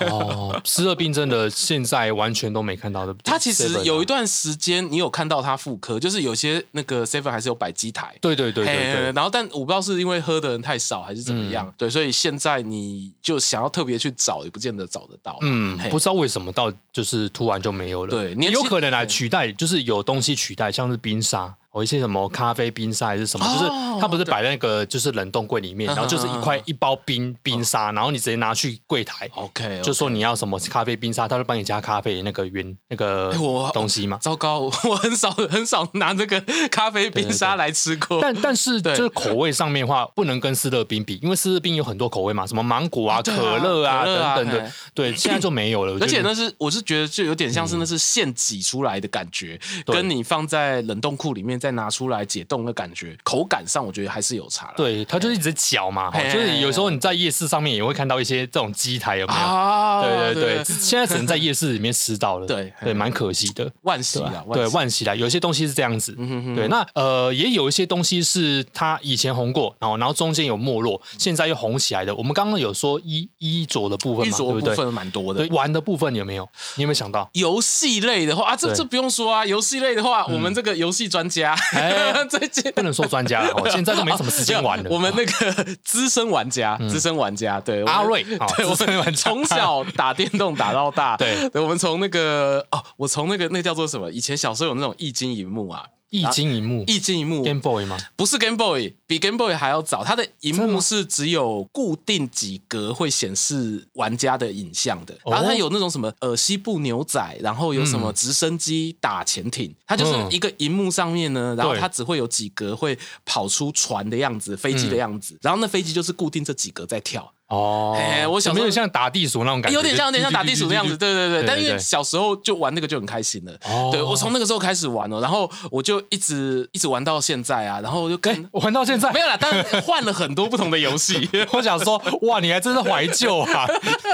Speaker 2: 哦，斯乐冰真的现在完全都没
Speaker 1: [laughs]
Speaker 2: 看到的。啊
Speaker 1: 它其实有一
Speaker 2: 一
Speaker 1: 段时间，你有看到它复刻，就是有些那个 seven 还是有摆机台。
Speaker 2: 对对对对嗯
Speaker 1: 嘿
Speaker 2: 对，
Speaker 1: 然后但我不知道是因为喝的人太少还是怎么样，对，所以现在你就想要特别去找，也不见得找得到。
Speaker 2: 嗯
Speaker 1: 嘿，
Speaker 2: 不知道为什么到就是突然就没有了。
Speaker 1: 对年
Speaker 2: 也
Speaker 1: 轻
Speaker 2: 有可能来取代，就是有东西取代，像是冰沙。哦，一些什么咖啡冰沙还是什么，
Speaker 1: 哦
Speaker 2: 就是它不是摆在那个就是冷冻柜里面，
Speaker 1: 嗯
Speaker 2: 然后就是一块
Speaker 1: 嗯哦
Speaker 2: 一包冰冰沙，然后你直接拿去柜台，
Speaker 1: OK，
Speaker 2: 就说你要什么咖啡冰沙，他就帮你加咖啡那个原那个
Speaker 1: 哎我
Speaker 2: 东西嘛。
Speaker 1: 糟糕， [laughs] 我很少很少拿这个咖啡冰沙来吃过。
Speaker 2: [laughs] 但但是
Speaker 1: 对
Speaker 2: 就是口味上面的话，不能跟斯乐冰比，因为斯乐冰有很多口味嘛，什么芒果啊、
Speaker 1: 对啊
Speaker 2: 可乐啊
Speaker 1: 可乐啊
Speaker 2: 等等
Speaker 1: 嘿
Speaker 2: 的，对，嗯现在就没有了。我觉
Speaker 1: 而
Speaker 2: 得
Speaker 1: 且那是，我是觉得就有点像是那是现挤出来的感觉，
Speaker 2: 对
Speaker 1: 跟你放在冷冻库里面再拿出来解冻的感觉，口感上我觉得还是有差啦
Speaker 2: 对，它就是一直嚼嘛，哈
Speaker 1: 嘿
Speaker 2: 就是有时候你在夜市上面也会看到一些这种鸡台，有没有？
Speaker 1: 啊，
Speaker 2: 对对对，
Speaker 1: 对，
Speaker 2: 现在只能在夜市里面吃到了，
Speaker 1: 对
Speaker 2: 对，蛮可惜的。
Speaker 1: 万喜
Speaker 2: 对
Speaker 1: 啊
Speaker 2: 吧，对
Speaker 1: 喜嗯
Speaker 2: 万喜来，有一些东西是这样子。
Speaker 1: 哼哼
Speaker 2: 对，那呃，也有一些东西是它以前红过，然后然后中间有没落，现在又红起来的。我们刚刚有说衣衣着的部分
Speaker 1: 玉
Speaker 2: 嘛，
Speaker 1: 镯
Speaker 2: 对
Speaker 1: 的
Speaker 2: 不
Speaker 1: 部
Speaker 2: 对？
Speaker 1: 分蛮多的
Speaker 2: 对，。玩的部分有没有？你有没有想到？
Speaker 1: 游戏类的话啊，这
Speaker 2: 对嗯
Speaker 1: 这不用说啊，游戏类的话，我们这个游戏专家 [laughs]
Speaker 2: 哎
Speaker 1: 最近
Speaker 2: 不能说专
Speaker 1: [laughs]
Speaker 2: 家了，哦现在都没什么时间玩了。
Speaker 1: 我们那个资深玩家，资深玩家，对我们
Speaker 2: 嗯阿瑞，哦
Speaker 1: 对，我
Speaker 2: 资深玩
Speaker 1: 们
Speaker 2: 家
Speaker 1: 从小打电动打到大，
Speaker 2: [laughs] 对
Speaker 1: 我们从那个哦，我从那个那叫做什么？以前小时候有那种液晶荧幕啊，
Speaker 2: 一金一幕
Speaker 1: 液晶荧幕
Speaker 2: ，Game Boy 吗？
Speaker 1: 不是 Game Boy，比 Game Boy 还要早，它的荧幕是只有固定几格会显示玩家的影像的，
Speaker 2: 哦
Speaker 1: 然后它有那种什么呃西部牛仔，然后有什么直升机打潜艇，它就是
Speaker 2: 嗯
Speaker 1: 一个荧幕上面呢，然后
Speaker 2: 对
Speaker 1: 它只会有几格会跑出船的样子、飞机
Speaker 2: 嗯
Speaker 1: 的样子，然后那飞机就是固定这几格在跳。
Speaker 2: 哦
Speaker 1: 哎我小时候
Speaker 2: 有没有像打地鼠那种感觉？
Speaker 1: 有点像，有点像打地鼠的样子，对对对。
Speaker 2: 对
Speaker 1: 但因
Speaker 2: 对
Speaker 1: 为小时候就玩那个就很开心了，
Speaker 2: 哦
Speaker 1: 对我从那个时候开始玩哦，然后我就一直一直玩到现在啊，然后我就跟
Speaker 2: 哎，我玩到现
Speaker 1: [laughs]
Speaker 2: 在
Speaker 1: 没，有啦，但换了很多不同的游戏， [laughs]
Speaker 2: 我想说，哇，你还真是怀旧啊，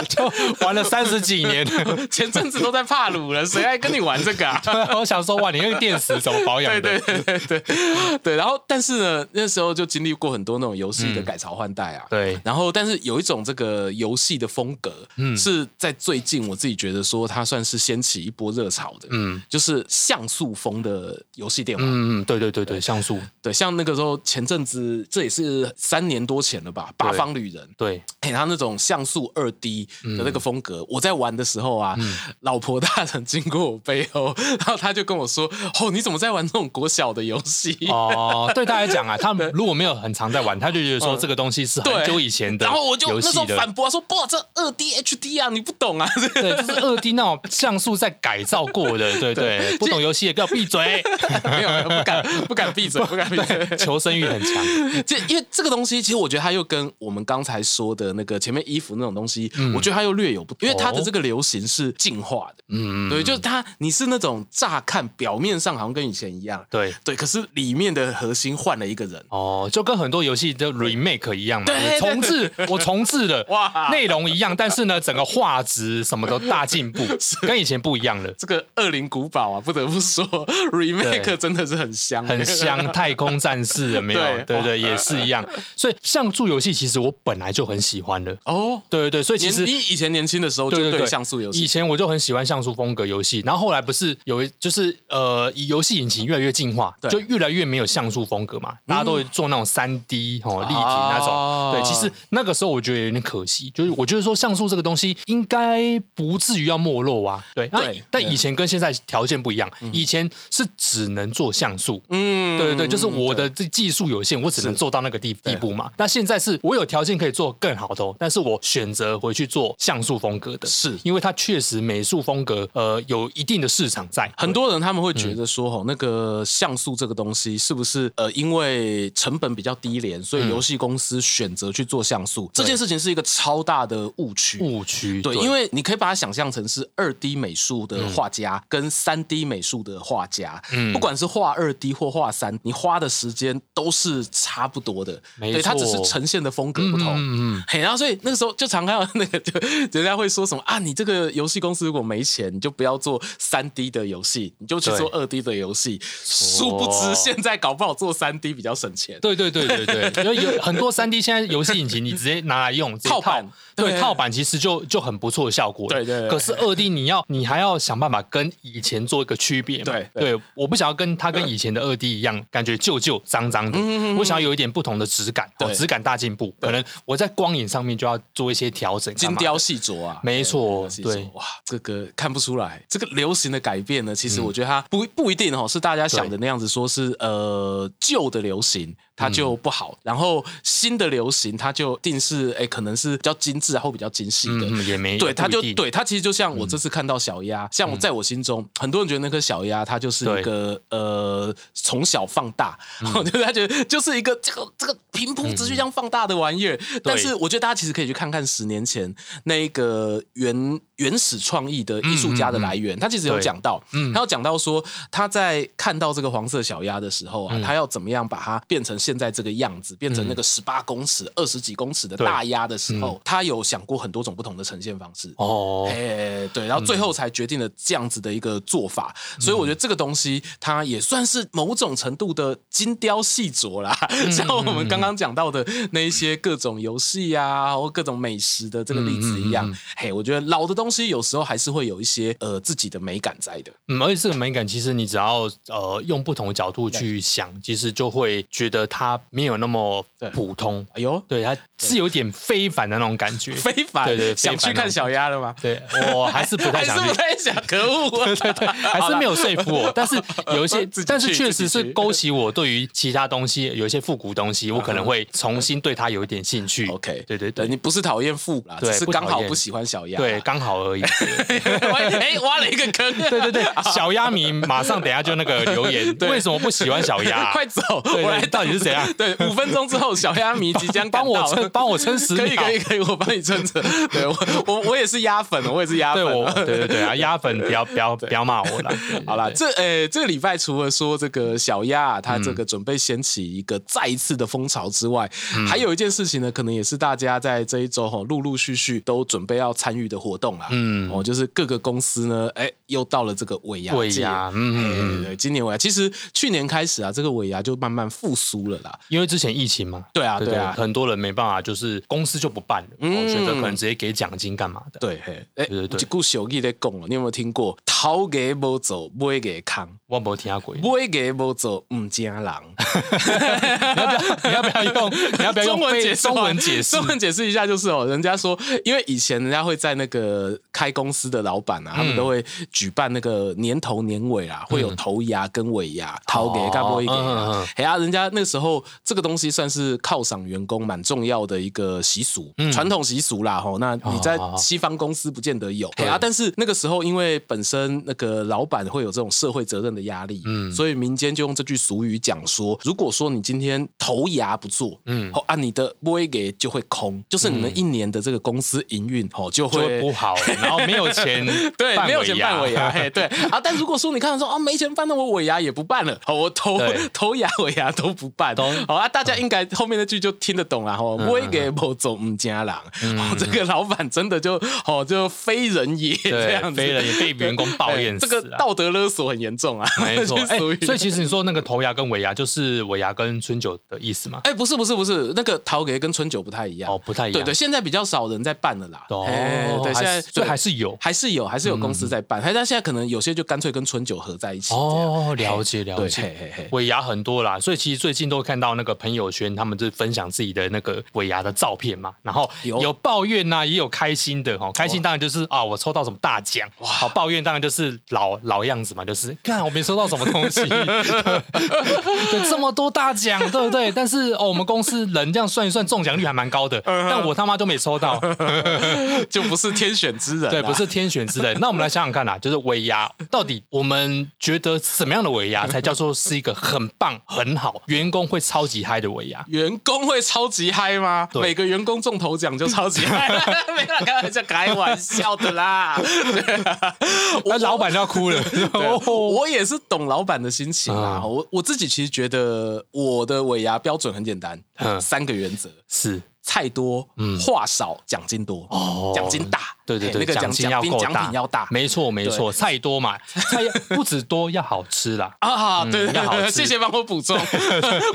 Speaker 2: 就玩了三十几年。 [laughs]
Speaker 1: 前阵子都在帕鲁了，谁爱跟你玩这个啊？
Speaker 2: 我想说，哇，你那个电池怎么保
Speaker 1: 对
Speaker 2: 养的？
Speaker 1: 对对对对对，然后但是呢，那时候就经历过很多那种游戏的改朝换代啊。
Speaker 2: 对
Speaker 1: 然后，但是有一种这个游戏的风格，嗯，是在最近我自己觉得说它算是掀起一波热潮的，
Speaker 2: 嗯
Speaker 1: 嗯，就是像素风的游戏电玩，
Speaker 2: 嗯嗯，对对对对，像素，
Speaker 1: 对，像那个时候前阵子这也是三年多前了吧，《八
Speaker 2: 对
Speaker 1: 方旅人》， [laughs]
Speaker 2: 对，
Speaker 1: 哎、他那种像素二 D 的
Speaker 2: 嗯
Speaker 1: 那个风格，我在玩的时候啊，老婆大人经过我背后，然后他就跟我说：“哦，你怎么在玩这种国小的游戏？”
Speaker 2: 哦，对他来讲啊，他们如果没有很常在玩，他就觉得说这个东西是很
Speaker 1: 嗯对
Speaker 2: 久以前的
Speaker 1: 然后我就
Speaker 2: 游
Speaker 1: 那时
Speaker 2: 戏
Speaker 1: 候
Speaker 2: 的。
Speaker 1: 反驳啊说：“不，这二 D HD 啊，你不懂啊。”
Speaker 2: [laughs] 对，就是二 D 那种像素在改造过的，对对，不懂游戏也给我闭嘴，
Speaker 1: 没有，没有，不敢，不敢闭嘴，不敢闭嘴。
Speaker 2: 求生欲很强。
Speaker 1: [laughs] 这因为这个东西，其实我觉得它又跟我们刚才说的那个前面衣服那种东西，
Speaker 2: 嗯
Speaker 1: 我觉得它又略有不同，因为它的这个流行是进化的，
Speaker 2: 哦嗯，
Speaker 1: 对，就是它你是那种乍看表面上好像跟以前一样，
Speaker 2: 对。
Speaker 1: 对，可是里面的核心换了一个人，
Speaker 2: 哦，就跟很多游戏的 remake 一样嘛，
Speaker 1: 对对
Speaker 2: 重置，我重置了，哇
Speaker 1: 哇，
Speaker 2: 内容一样，但是呢，整个画质什么都大
Speaker 1: [laughs]
Speaker 2: 进步，跟以前不一样了。
Speaker 1: 这个《恶灵古堡》啊，不得不
Speaker 2: [laughs]
Speaker 1: 说 remake 真的是很香，
Speaker 2: 很香，太空战士有没有？
Speaker 1: 对
Speaker 2: 对对，也是一样。所以像素游戏，其实我本来就很喜欢的。
Speaker 1: 哦。
Speaker 2: 对对对，所以其
Speaker 1: 年
Speaker 2: 实
Speaker 1: 你以前年轻的时候就
Speaker 2: 对对对，
Speaker 1: 像素游
Speaker 2: 以
Speaker 1: 戏，
Speaker 2: 前我就很喜欢像素风格游戏，然后后来不是有一就是呃，以游戏引擎越来越进化，
Speaker 1: 对嗯
Speaker 2: 就越来越没有像素风格嘛，大家都会做那种三 D 哦立体那种。
Speaker 1: 哦
Speaker 2: 对，其实那个时候我觉得有点可惜，就是我觉得说像素这个东西应该不至于要没落啊。对，那
Speaker 1: 对
Speaker 2: 但以前跟现在条件不一样，以前是只能做像素，
Speaker 1: 嗯
Speaker 2: 对对对，就是我的这技术有限，我只能做到那个地地步嘛。那现在是我有条件可以做更好的、哦，但是我选择回去做像素风格的，
Speaker 1: 是
Speaker 2: 因为它确实美术风格呃有一定的市场在。
Speaker 1: 很多人他们会觉得
Speaker 2: 嗯
Speaker 1: 说，吼、那个像素这个东西是不是呃，因为成本比较低廉，所
Speaker 2: 嗯
Speaker 1: 以游戏公司选择去做像素、这件事情是一个超大的误区。
Speaker 2: 误区，
Speaker 1: 对，因为你可以把它想象成是二 D 美术的画家跟三 D 美术的画家，
Speaker 2: 嗯
Speaker 1: 不管是画二 D 或画三，你花的时间都是差不多的，
Speaker 2: 没
Speaker 1: 对，它只是
Speaker 2: 错
Speaker 1: 呈现的风格不同。
Speaker 2: 嗯嗯
Speaker 1: 嘿，然后所以那个时候就常看到那个， [laughs] 就人家会说什么啊，你这个游戏公司如果没钱，你就不要做三 D 的游戏，你就去
Speaker 2: 对
Speaker 1: 做二 D 的游戏。殊不知现在搞不好做三 D 比较省钱。
Speaker 2: 对对对对对， [laughs] 因为有很多三 D 现在游戏引擎，你直接拿来用直接
Speaker 1: 套版
Speaker 2: 对
Speaker 1: 对
Speaker 2: 套版其实就就很不错的效果了。
Speaker 1: 对对对
Speaker 2: 可是二 D 你要你还要想办法跟以前做一个区别嘛。
Speaker 1: 对
Speaker 2: 对我不想要跟它跟以前的二 D 一样，感觉旧旧脏脏
Speaker 1: 嗯
Speaker 2: 的，我想要有一点不同的质感，哦
Speaker 1: 对
Speaker 2: 质感大进步。可能我在光影上面就要做一些调整。
Speaker 1: 精
Speaker 2: 干嘛
Speaker 1: 雕细琢啊，
Speaker 2: 没错
Speaker 1: 对精雕细琢
Speaker 2: 对
Speaker 1: 哇，这个看不出来，这个流行的改
Speaker 2: 嗯
Speaker 1: 变呢，其实我觉得它不不一定哦，是大家想的那样子，说是呃旧的流行。它就不好。
Speaker 2: 嗯
Speaker 1: 然后新的流行，它就定是哎，可能是比较精致啊，或比较精细的。
Speaker 2: 嗯，嗯也没
Speaker 1: 对，它
Speaker 2: 不
Speaker 1: 就
Speaker 2: 一定嗯
Speaker 1: 对它其实就像我这次看到小鸭，像我在我心中，很多人觉得那颗小鸭它就是一个呃从小放大，
Speaker 2: 嗯
Speaker 1: [laughs] 就是他觉得就是一个这个这个平铺直叙这样放大的玩意儿。但是我觉得大家其实可以去看看十年前那一个原原始创意的艺术家
Speaker 2: 嗯
Speaker 1: 的来源，他其实有
Speaker 2: 对
Speaker 1: 讲到，
Speaker 2: 嗯
Speaker 1: 他有讲到说他在看到这个黄色小鸭的时候
Speaker 2: 嗯
Speaker 1: 啊，他要怎么样把它变成现在这个样子，变成那个十八公尺、二十几公尺的
Speaker 2: 对嗯
Speaker 1: 大鸭的时候，他有想过很多种不同的呈现方式。
Speaker 2: 哦，
Speaker 1: 哎，对，然后最后才决定了这样子的一个做法，
Speaker 2: 嗯
Speaker 1: 所以我觉得这个东西它也算是某种程度的精雕细琢啦，
Speaker 2: 嗯
Speaker 1: 像我们刚刚讲到的那一些各种游戏啊，或各种美食的这个例子一
Speaker 2: 嗯
Speaker 1: 样，嘿，我觉得老的东西有时候还是会有一些呃自己的美感在的，
Speaker 2: 嗯，而且这个美感，其实你只要呃用不同的角度去想，其实就会觉得它没有那么
Speaker 1: 对
Speaker 2: 普通，
Speaker 1: 哎
Speaker 2: [laughs]
Speaker 1: 呦，
Speaker 2: 对，它是有点非凡的那种感觉。
Speaker 1: [laughs] 非凡，
Speaker 2: 对对非
Speaker 1: 想
Speaker 2: 凡
Speaker 1: 去看
Speaker 2: 哦
Speaker 1: 小鸭了吗？
Speaker 2: 对，我还是不太
Speaker 1: [laughs] 还是
Speaker 2: 想
Speaker 1: 不
Speaker 2: 去。
Speaker 1: 太想，可恶、啊
Speaker 2: 对对对，还是没有说服我。但是有一些
Speaker 1: [laughs] 自己去，
Speaker 2: 但是确
Speaker 1: 自己
Speaker 2: 实是
Speaker 1: 去
Speaker 2: 勾起我对于其他东西，有一些复古东西，我可能会重新对它有一点兴趣。
Speaker 1: OK，
Speaker 2: 对对
Speaker 1: 你
Speaker 2: 对
Speaker 1: 不是讨厌富啦，只
Speaker 2: 对
Speaker 1: 是
Speaker 2: 不
Speaker 1: 刚
Speaker 2: 讨
Speaker 1: 好
Speaker 2: 厌
Speaker 1: 不喜欢小鸭。
Speaker 2: 对，，刚好而已。 [laughs]
Speaker 1: [laughs] 哎、挖了一个坑。
Speaker 2: 对
Speaker 1: [laughs]
Speaker 2: 对对，小鸭迷马上等一下就那个留言，为什么不喜欢小鸭
Speaker 1: [laughs]
Speaker 2: 啊？
Speaker 1: 快走！
Speaker 2: 对
Speaker 1: 我来
Speaker 2: 到底是怎样
Speaker 1: 对，五分钟之后，小鸭迷即将赶
Speaker 2: 帮我
Speaker 1: 到
Speaker 2: 撑，帮我撑十秒。
Speaker 1: 可以可以可以，我帮你撑着。 [laughs] 对我我我也是鸭粉，我也是鸭粉
Speaker 2: 对
Speaker 1: 啊。
Speaker 2: 我，对对对啊，鸭粉不要不要不要骂我了。
Speaker 1: [laughs]
Speaker 2: 对
Speaker 1: 好啦，
Speaker 2: 对
Speaker 1: 这呃、这个礼拜除了说这个小鸭啊它
Speaker 2: 嗯
Speaker 1: 这个准备掀起一个再一次的风潮之外，还有一件事情呢，可能也是大家在这一周哈、陆陆续续都准备要参与的活动啦。嗯，哦，就是各个公司呢，哎、又到了这个尾牙
Speaker 2: 尾
Speaker 1: 季
Speaker 2: 牙
Speaker 1: 了
Speaker 2: 嗯
Speaker 1: 哎
Speaker 2: 嗯嗯
Speaker 1: 对对，今年尾牙，其实去年开始啊，这个尾牙就慢慢复苏了啦。
Speaker 2: 因为之前疫情嘛，
Speaker 1: 对啊
Speaker 2: 对
Speaker 1: 对啊
Speaker 2: 很多人没办法，就是公司就不办了，
Speaker 1: 嗯
Speaker 2: 哦选择可能直接给奖金干嘛的。
Speaker 1: 对，嘿，哎、
Speaker 2: 对对对
Speaker 1: 一句俗语在讲了，你有没有听过？头给无走，尾给空；
Speaker 2: 我没听过。
Speaker 1: 尾给无走，唔惊人。
Speaker 2: 你要不要用？你要不要
Speaker 1: [laughs] [laughs]
Speaker 2: 用
Speaker 1: 中文
Speaker 2: 非
Speaker 1: 解释吗
Speaker 2: 中文解释
Speaker 1: 中？文解释一下就是哦，人家说，因为以前人家会在那个开公司的老板啊，他们都会举办那个年头年尾啊，会有头牙跟尾牙，头给干不一给
Speaker 2: 嗯嗯
Speaker 1: 啊
Speaker 2: 嗯。
Speaker 1: 哎呀，人家那时候这个东西算是犒赏员工蛮重要的一个习俗，传统习俗啦吼。那你在
Speaker 2: 哦
Speaker 1: 西方公司不见得有，哎呀，但是那个时候因为本身那个老板会有这种社会责任的压力，嗯，所以民间就用这句俗语讲说，如果说你今天头牙不做，嗯，哦啊，你的不会给就会空，就是你们一年的这个公司营运哦就
Speaker 2: 就
Speaker 1: 会，
Speaker 2: 会不好，然后没有钱
Speaker 1: [laughs] 对，没有钱办尾
Speaker 2: 尾
Speaker 1: 牙，
Speaker 2: [laughs]
Speaker 1: 嘿，对啊。但如果说你看到说啊，没钱办，那我尾牙也不办了，好，我头
Speaker 2: 对
Speaker 1: [laughs]
Speaker 2: 嗯
Speaker 1: 头牙尾牙都不办，好啊。大家应该后面那句就听得懂了，吼，不会给某种唔家郎，
Speaker 2: 嗯
Speaker 1: 哦这个老板真的就哦就非人也
Speaker 2: [laughs]
Speaker 1: 这样
Speaker 2: 对，
Speaker 1: 子，
Speaker 2: 飞了也被员工抱
Speaker 1: 对
Speaker 2: 怨
Speaker 1: 这
Speaker 2: 死
Speaker 1: 个
Speaker 2: 了。
Speaker 1: 道德勒索很严重啊， [laughs]
Speaker 2: 没错，
Speaker 1: 就
Speaker 2: 哎
Speaker 1: 属于，
Speaker 2: 所以其实你说那个头牙跟尾牙，就是尾牙跟春酒的意思嘛？
Speaker 1: 哎，不是不是不是，那个陶给跟春酒不太一样
Speaker 2: 哦，，不太一
Speaker 1: 对
Speaker 2: 样。
Speaker 1: 对，现在比较少人在办了啦，
Speaker 2: 哦
Speaker 1: 哎，对，
Speaker 2: 还
Speaker 1: 现
Speaker 2: 是
Speaker 1: 在
Speaker 2: 所以还
Speaker 1: 是。
Speaker 2: 是有嗯
Speaker 1: 还是有，还是有公司在办，还但现在可能有些就干脆跟春酒合在一起。这样
Speaker 2: 哦，了解了
Speaker 1: 对，
Speaker 2: 解。
Speaker 1: 嘿嘿嘿。
Speaker 2: 尾牙很多啦，所以其实最近都看到那个朋友圈，他们就分享自己的那个尾牙的照片嘛，然后
Speaker 1: 有
Speaker 2: 有抱怨呐、也有开心的哦。开心当然就是啊，我抽到什么大奖，好抱怨当然就是老老样子嘛，就是 [laughs] 看我没抽到什么东
Speaker 1: [laughs]
Speaker 2: 西，对，这么多大奖，对不对？但是哦，我们公司人这样算一算，中奖率还蛮高的，
Speaker 1: 嗯
Speaker 2: 但我他妈都没抽到，
Speaker 1: 就不是天选之人啊，
Speaker 2: 对，不是天
Speaker 1: [laughs]
Speaker 2: 选之人。那我们来想想看啦、啊就是尾牙到底我们觉得什么样的尾牙才叫做是一个很棒、很好，员工会超级嗨的
Speaker 1: [laughs]
Speaker 2: 尾牙？
Speaker 1: 员工会超级嗨吗？
Speaker 2: 对
Speaker 1: 每个员工中头奖就超级嗨，
Speaker 2: [laughs]
Speaker 1: 没啦，开玩笑，开玩笑的啦。对啊
Speaker 2: 那老板就要哭了。哦
Speaker 1: 我也是懂老板的心情啦。
Speaker 2: 嗯
Speaker 1: 我我自己其实觉得我的尾牙标准很简单，
Speaker 2: 嗯
Speaker 1: 三个原则：
Speaker 2: 是
Speaker 1: 菜多、话少、奖金多。
Speaker 2: 哦
Speaker 1: 奖金大，
Speaker 2: 对对
Speaker 1: 嘿
Speaker 2: 对，
Speaker 1: 哎那个奖
Speaker 2: 金要
Speaker 1: 品
Speaker 2: 够
Speaker 1: 奖品要大，
Speaker 2: 没错没错，菜
Speaker 1: [laughs]
Speaker 2: 多嘛，菜要不止多，要好吃啦。
Speaker 1: 啊，对对
Speaker 2: 要嗯好
Speaker 1: 对，
Speaker 2: 吃
Speaker 1: [laughs] 谢谢帮我补
Speaker 2: [laughs]
Speaker 1: 充，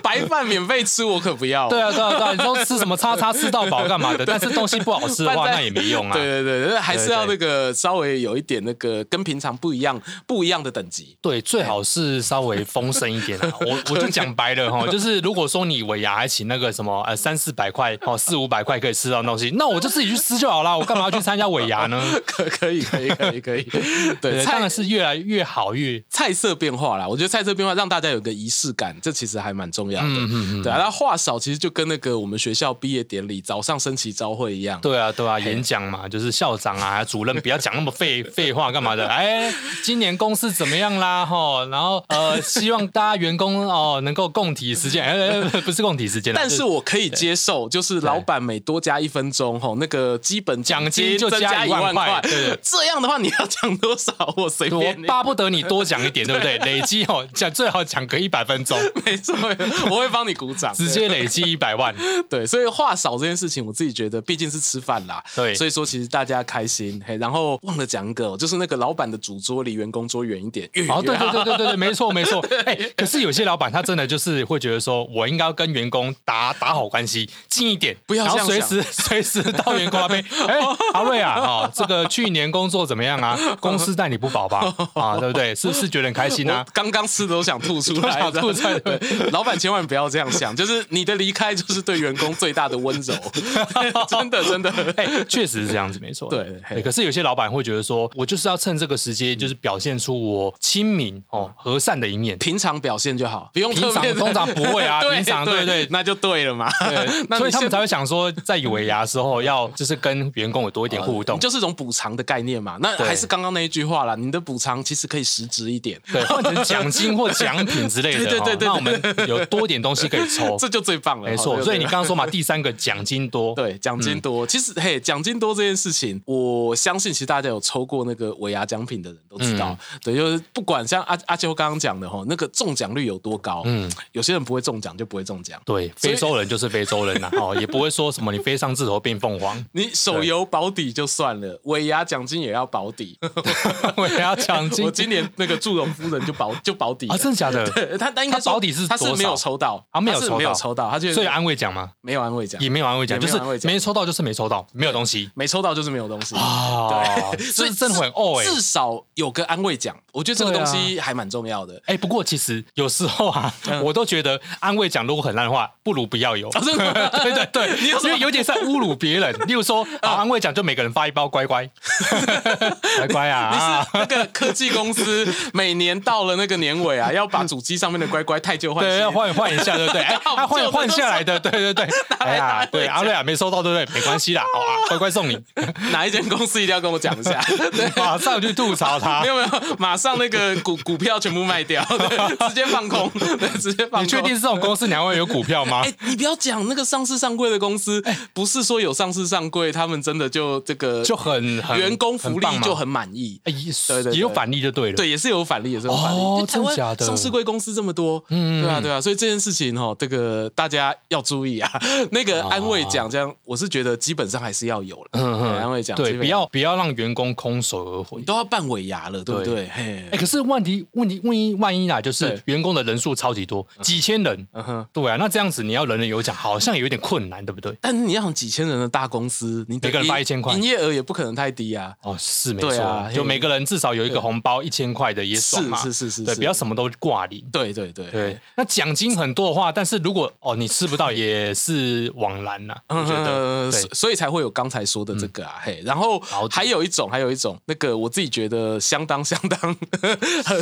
Speaker 1: 白饭免费吃我可不要。
Speaker 2: 对啊对啊对啊，你说吃什么叉叉吃到饱
Speaker 1: [laughs]
Speaker 2: 干嘛的？但是东西不好吃的话，
Speaker 1: 饭菜
Speaker 2: 那也没用啊。
Speaker 1: 对对对，还是要那
Speaker 2: 对
Speaker 1: 个稍微有一点那个跟平常不一样不一样的等级。 [laughs]
Speaker 2: 对，最好是稍微丰盛一点啊。我我就讲白了
Speaker 1: [laughs]
Speaker 2: 哈，就是如果说你尾牙还请那个什么呃三四百块哦四五百块可以吃到的东西，那我就自己去吃就好啦，我干嘛要去参加尾尾牙呢？
Speaker 1: 可可以可以可以可
Speaker 2: [laughs]
Speaker 1: 以， [laughs] 对，
Speaker 2: 对，当
Speaker 1: 菜
Speaker 2: 然是越来越好越
Speaker 1: 菜色变化啦，我觉得菜色变化让大家有个仪式感，这其实还蛮重要的。
Speaker 2: 嗯嗯嗯，
Speaker 1: 对啊，那话少其实就跟那个我们学校毕业典礼早上升旗招会一样。
Speaker 2: 对啊，
Speaker 1: 哎
Speaker 2: 对啊，演讲嘛，就是校长啊、主任，不要讲那么废 [laughs] 废话，干嘛的？哎，今年公司怎么样啦？哈，然后呃，希望大家员工哦能够共体时间，哎哎，哎不是共体时间啦，
Speaker 1: 但是
Speaker 2: 就
Speaker 1: 我可以接受，就是老板每多加一分钟，吼，那个基本
Speaker 2: 奖
Speaker 1: 金
Speaker 2: 金就
Speaker 1: 增加
Speaker 2: 加
Speaker 1: 一
Speaker 2: 一万
Speaker 1: 万块
Speaker 2: 块对对。
Speaker 1: 这样的话，你要讲多少，我随
Speaker 2: 我
Speaker 1: 便你。
Speaker 2: 巴不得你多讲一点，对
Speaker 1: [laughs]
Speaker 2: 不对？累积哦，讲最好讲个一百分钟，
Speaker 1: 没错，我会帮你鼓掌。
Speaker 2: 直接累积一百万。
Speaker 1: 对，所以话少这件事情，我自己觉得毕竟是吃饭啦，
Speaker 2: 对
Speaker 1: 所以说其实大家开心。嘿，然后忘了讲一个哦，就是那个老板的主桌离员工桌远一点，越远
Speaker 2: [laughs] 哦，
Speaker 1: 越
Speaker 2: 对
Speaker 1: 好
Speaker 2: 对对对对对，没错没
Speaker 1: [laughs]
Speaker 2: 错。哎、可是有些老板他真的就是会觉得说，我应该要跟员工打打好关系，近一点，
Speaker 1: 不要
Speaker 2: 然后
Speaker 1: 这样
Speaker 2: 随时随时到员工那
Speaker 1: [laughs]
Speaker 2: 边。哎、阿瑞啊，哦，这个去年工作怎么样啊？公司待你不薄吧？啊，对不对？是是觉得很开心啊
Speaker 1: 我？刚刚吃的都想吐出
Speaker 2: 都
Speaker 1: 来，
Speaker 2: [laughs] 想吐出来
Speaker 1: 对，老板千万不要这样想， [laughs] 就是你的离开就是对员工最大的温
Speaker 2: [laughs]
Speaker 1: 柔，真的真的。
Speaker 2: 哎、确实是这样子，没错。哎
Speaker 1: 对嘿
Speaker 2: 可是有些老板会觉得说，我就是要趁这个时间，就是表现出我亲民哦、和善的一面。
Speaker 1: 平常表现就好，不用
Speaker 2: 平
Speaker 1: 特
Speaker 2: 常
Speaker 1: 别的。
Speaker 2: [laughs] 通常不会啊
Speaker 1: 对
Speaker 2: 平常
Speaker 1: 对
Speaker 2: 对对
Speaker 1: 那就对了嘛。 [laughs] 那你
Speaker 2: 对，所以他们
Speaker 1: 现
Speaker 2: 才会想说，在尾牙的时候要就是跟员工有多一点互动
Speaker 1: 你，就是一种补偿的概念嘛。那
Speaker 2: 对
Speaker 1: 还是刚刚那一句话啦，你的补偿其实可以实质一点， [laughs]
Speaker 2: 对，换成奖金或奖品之类的，
Speaker 1: 对对对对对
Speaker 2: 哦那我们有多点东西可以抽，
Speaker 1: [laughs] 这就最棒了。
Speaker 2: 没
Speaker 1: 哦
Speaker 2: 错。
Speaker 1: 对
Speaker 2: 所以你嗯
Speaker 1: 对
Speaker 2: 刚刚说嘛，第三个奖金
Speaker 1: [laughs]
Speaker 2: 多，
Speaker 1: 对奖金多，其实嘿，奖金多这件事情，我相信其实大家有抽过那个尾牙奖品的人都知道，
Speaker 2: 嗯
Speaker 1: 对，就是不管像阿阿秋刚刚讲的哈，那个中奖率有多高，嗯
Speaker 2: 嗯，
Speaker 1: 有些人不会中奖就不会中奖。
Speaker 2: 对，
Speaker 1: 所以
Speaker 2: 非洲人就是非洲人呐、
Speaker 1: [laughs]
Speaker 2: 哦，也不会说什么你飞上枝头变凤凰，
Speaker 1: 你手游保底就算了，尾牙奖金也要保
Speaker 2: [laughs]
Speaker 1: 底。
Speaker 2: 我也要奖金
Speaker 1: 我今年那个祝融夫人就保就保底了
Speaker 2: 啊，真的假的？
Speaker 1: 对 [laughs] 他他应该
Speaker 2: 他
Speaker 1: 说
Speaker 2: 保底是
Speaker 1: 他是
Speaker 2: 多
Speaker 1: 没有
Speaker 2: 少
Speaker 1: 抽到
Speaker 2: 啊没有
Speaker 1: 他是
Speaker 2: 抽
Speaker 1: 没有
Speaker 2: 到
Speaker 1: 抽到，他就
Speaker 2: 所以安慰奖吗？
Speaker 1: 没有安慰奖，
Speaker 2: 也没有安慰奖，
Speaker 1: 也
Speaker 2: 就
Speaker 1: 没有
Speaker 2: 是
Speaker 1: 安慰奖
Speaker 2: 没抽到就是没抽到，没有东西
Speaker 1: 没抽到就是没有东西。
Speaker 2: 啊，
Speaker 1: 所
Speaker 2: 这
Speaker 1: 以
Speaker 2: 真的很哦哎、
Speaker 1: 至少有个安慰奖，我觉得这个
Speaker 2: 对啊
Speaker 1: 东西还蛮重要的。
Speaker 2: [laughs] 哎、不过其实有时候啊，我都觉得安慰奖如果很烂的话，不如不要有。
Speaker 1: 嗯哦真的吗
Speaker 2: 对对对，因为有点在侮辱别
Speaker 1: [laughs]
Speaker 2: 人。例如说，啊，安慰奖就每个人发一包乖乖，乖乖啊
Speaker 1: 你
Speaker 2: 啊
Speaker 1: 是，那个科技公司每年到了那个年尾啊，要把主机上面的乖乖太旧换
Speaker 2: 对，要
Speaker 1: 新。
Speaker 2: 换换一下，对不对？
Speaker 1: [laughs]
Speaker 2: 哎，
Speaker 1: 好
Speaker 2: 他换
Speaker 1: 旧的
Speaker 2: 换
Speaker 1: 都
Speaker 2: 下来的，对
Speaker 1: [laughs]
Speaker 2: 对对。哎呀，对，阿瑞啊没收到，对不对？没关系啦，好啊，乖乖送你，
Speaker 1: 哪一间公司一定要跟我讲一
Speaker 2: [laughs]
Speaker 1: 下？对，
Speaker 2: 马上去吐槽他
Speaker 1: [laughs] 没。有没有，马上那个股股票全部卖
Speaker 2: [laughs]
Speaker 1: 掉，对直接放空，对，直接放空。
Speaker 2: 你确定是这种公司你还会有股票吗
Speaker 1: 哎、？你不要讲那个上市上柜的公司，不是说有上市上柜，他们真的就这个
Speaker 2: 哎就很很
Speaker 1: 员工福利
Speaker 2: 很棒吗
Speaker 1: 就很满意。
Speaker 2: 哎
Speaker 1: 对对
Speaker 2: 也有反例就对了。
Speaker 1: 对，也是有返利，也是有返利。
Speaker 2: 哦
Speaker 1: 就台湾
Speaker 2: 真假的
Speaker 1: 上市贵公司这么多，嗯，对啊，对啊，所以这件事情哈、哦，这个大家要注意啊。 [laughs] 那个安慰奖，这样我是觉得基本上还是要有了。嗯
Speaker 2: 嗯嗯
Speaker 1: 安慰奖，基
Speaker 2: 对，
Speaker 1: 本
Speaker 2: 不要不要让员工空手而回
Speaker 1: 你。都要办尾牙了，对不对？
Speaker 2: 对
Speaker 1: 嘿
Speaker 2: 哎、，可是问题问题万一万一啊，就
Speaker 1: 对
Speaker 2: 是员工的人数超级多，几千人，
Speaker 1: 嗯哼。
Speaker 2: 对啊，那这样子你要人人有奖，好像有点困难，对不对？
Speaker 1: 但是你要很几千人的大公司，你得
Speaker 2: 每个人发
Speaker 1: 营
Speaker 2: 1000块
Speaker 1: 营业额也不可能太低啊。
Speaker 2: 哦，是没
Speaker 1: 对
Speaker 2: 错，
Speaker 1: 啊
Speaker 2: 就
Speaker 1: 嘿
Speaker 2: 每个人至少有一个红包一千块的也爽嘛，
Speaker 1: 是是是是哎
Speaker 2: 对，
Speaker 1: 是
Speaker 2: 不要什么都挂零。
Speaker 1: 对对对，
Speaker 2: 对，那奖金很多的话，但是如果哦你吃不到也是枉然呐、我觉
Speaker 1: 呃
Speaker 2: 得
Speaker 1: 所
Speaker 2: 对，嗯
Speaker 1: 所以才会有刚才说的这个啊，嘿，然后
Speaker 2: 好的
Speaker 1: 还有一种，还有一种，那个我自己觉得相当相当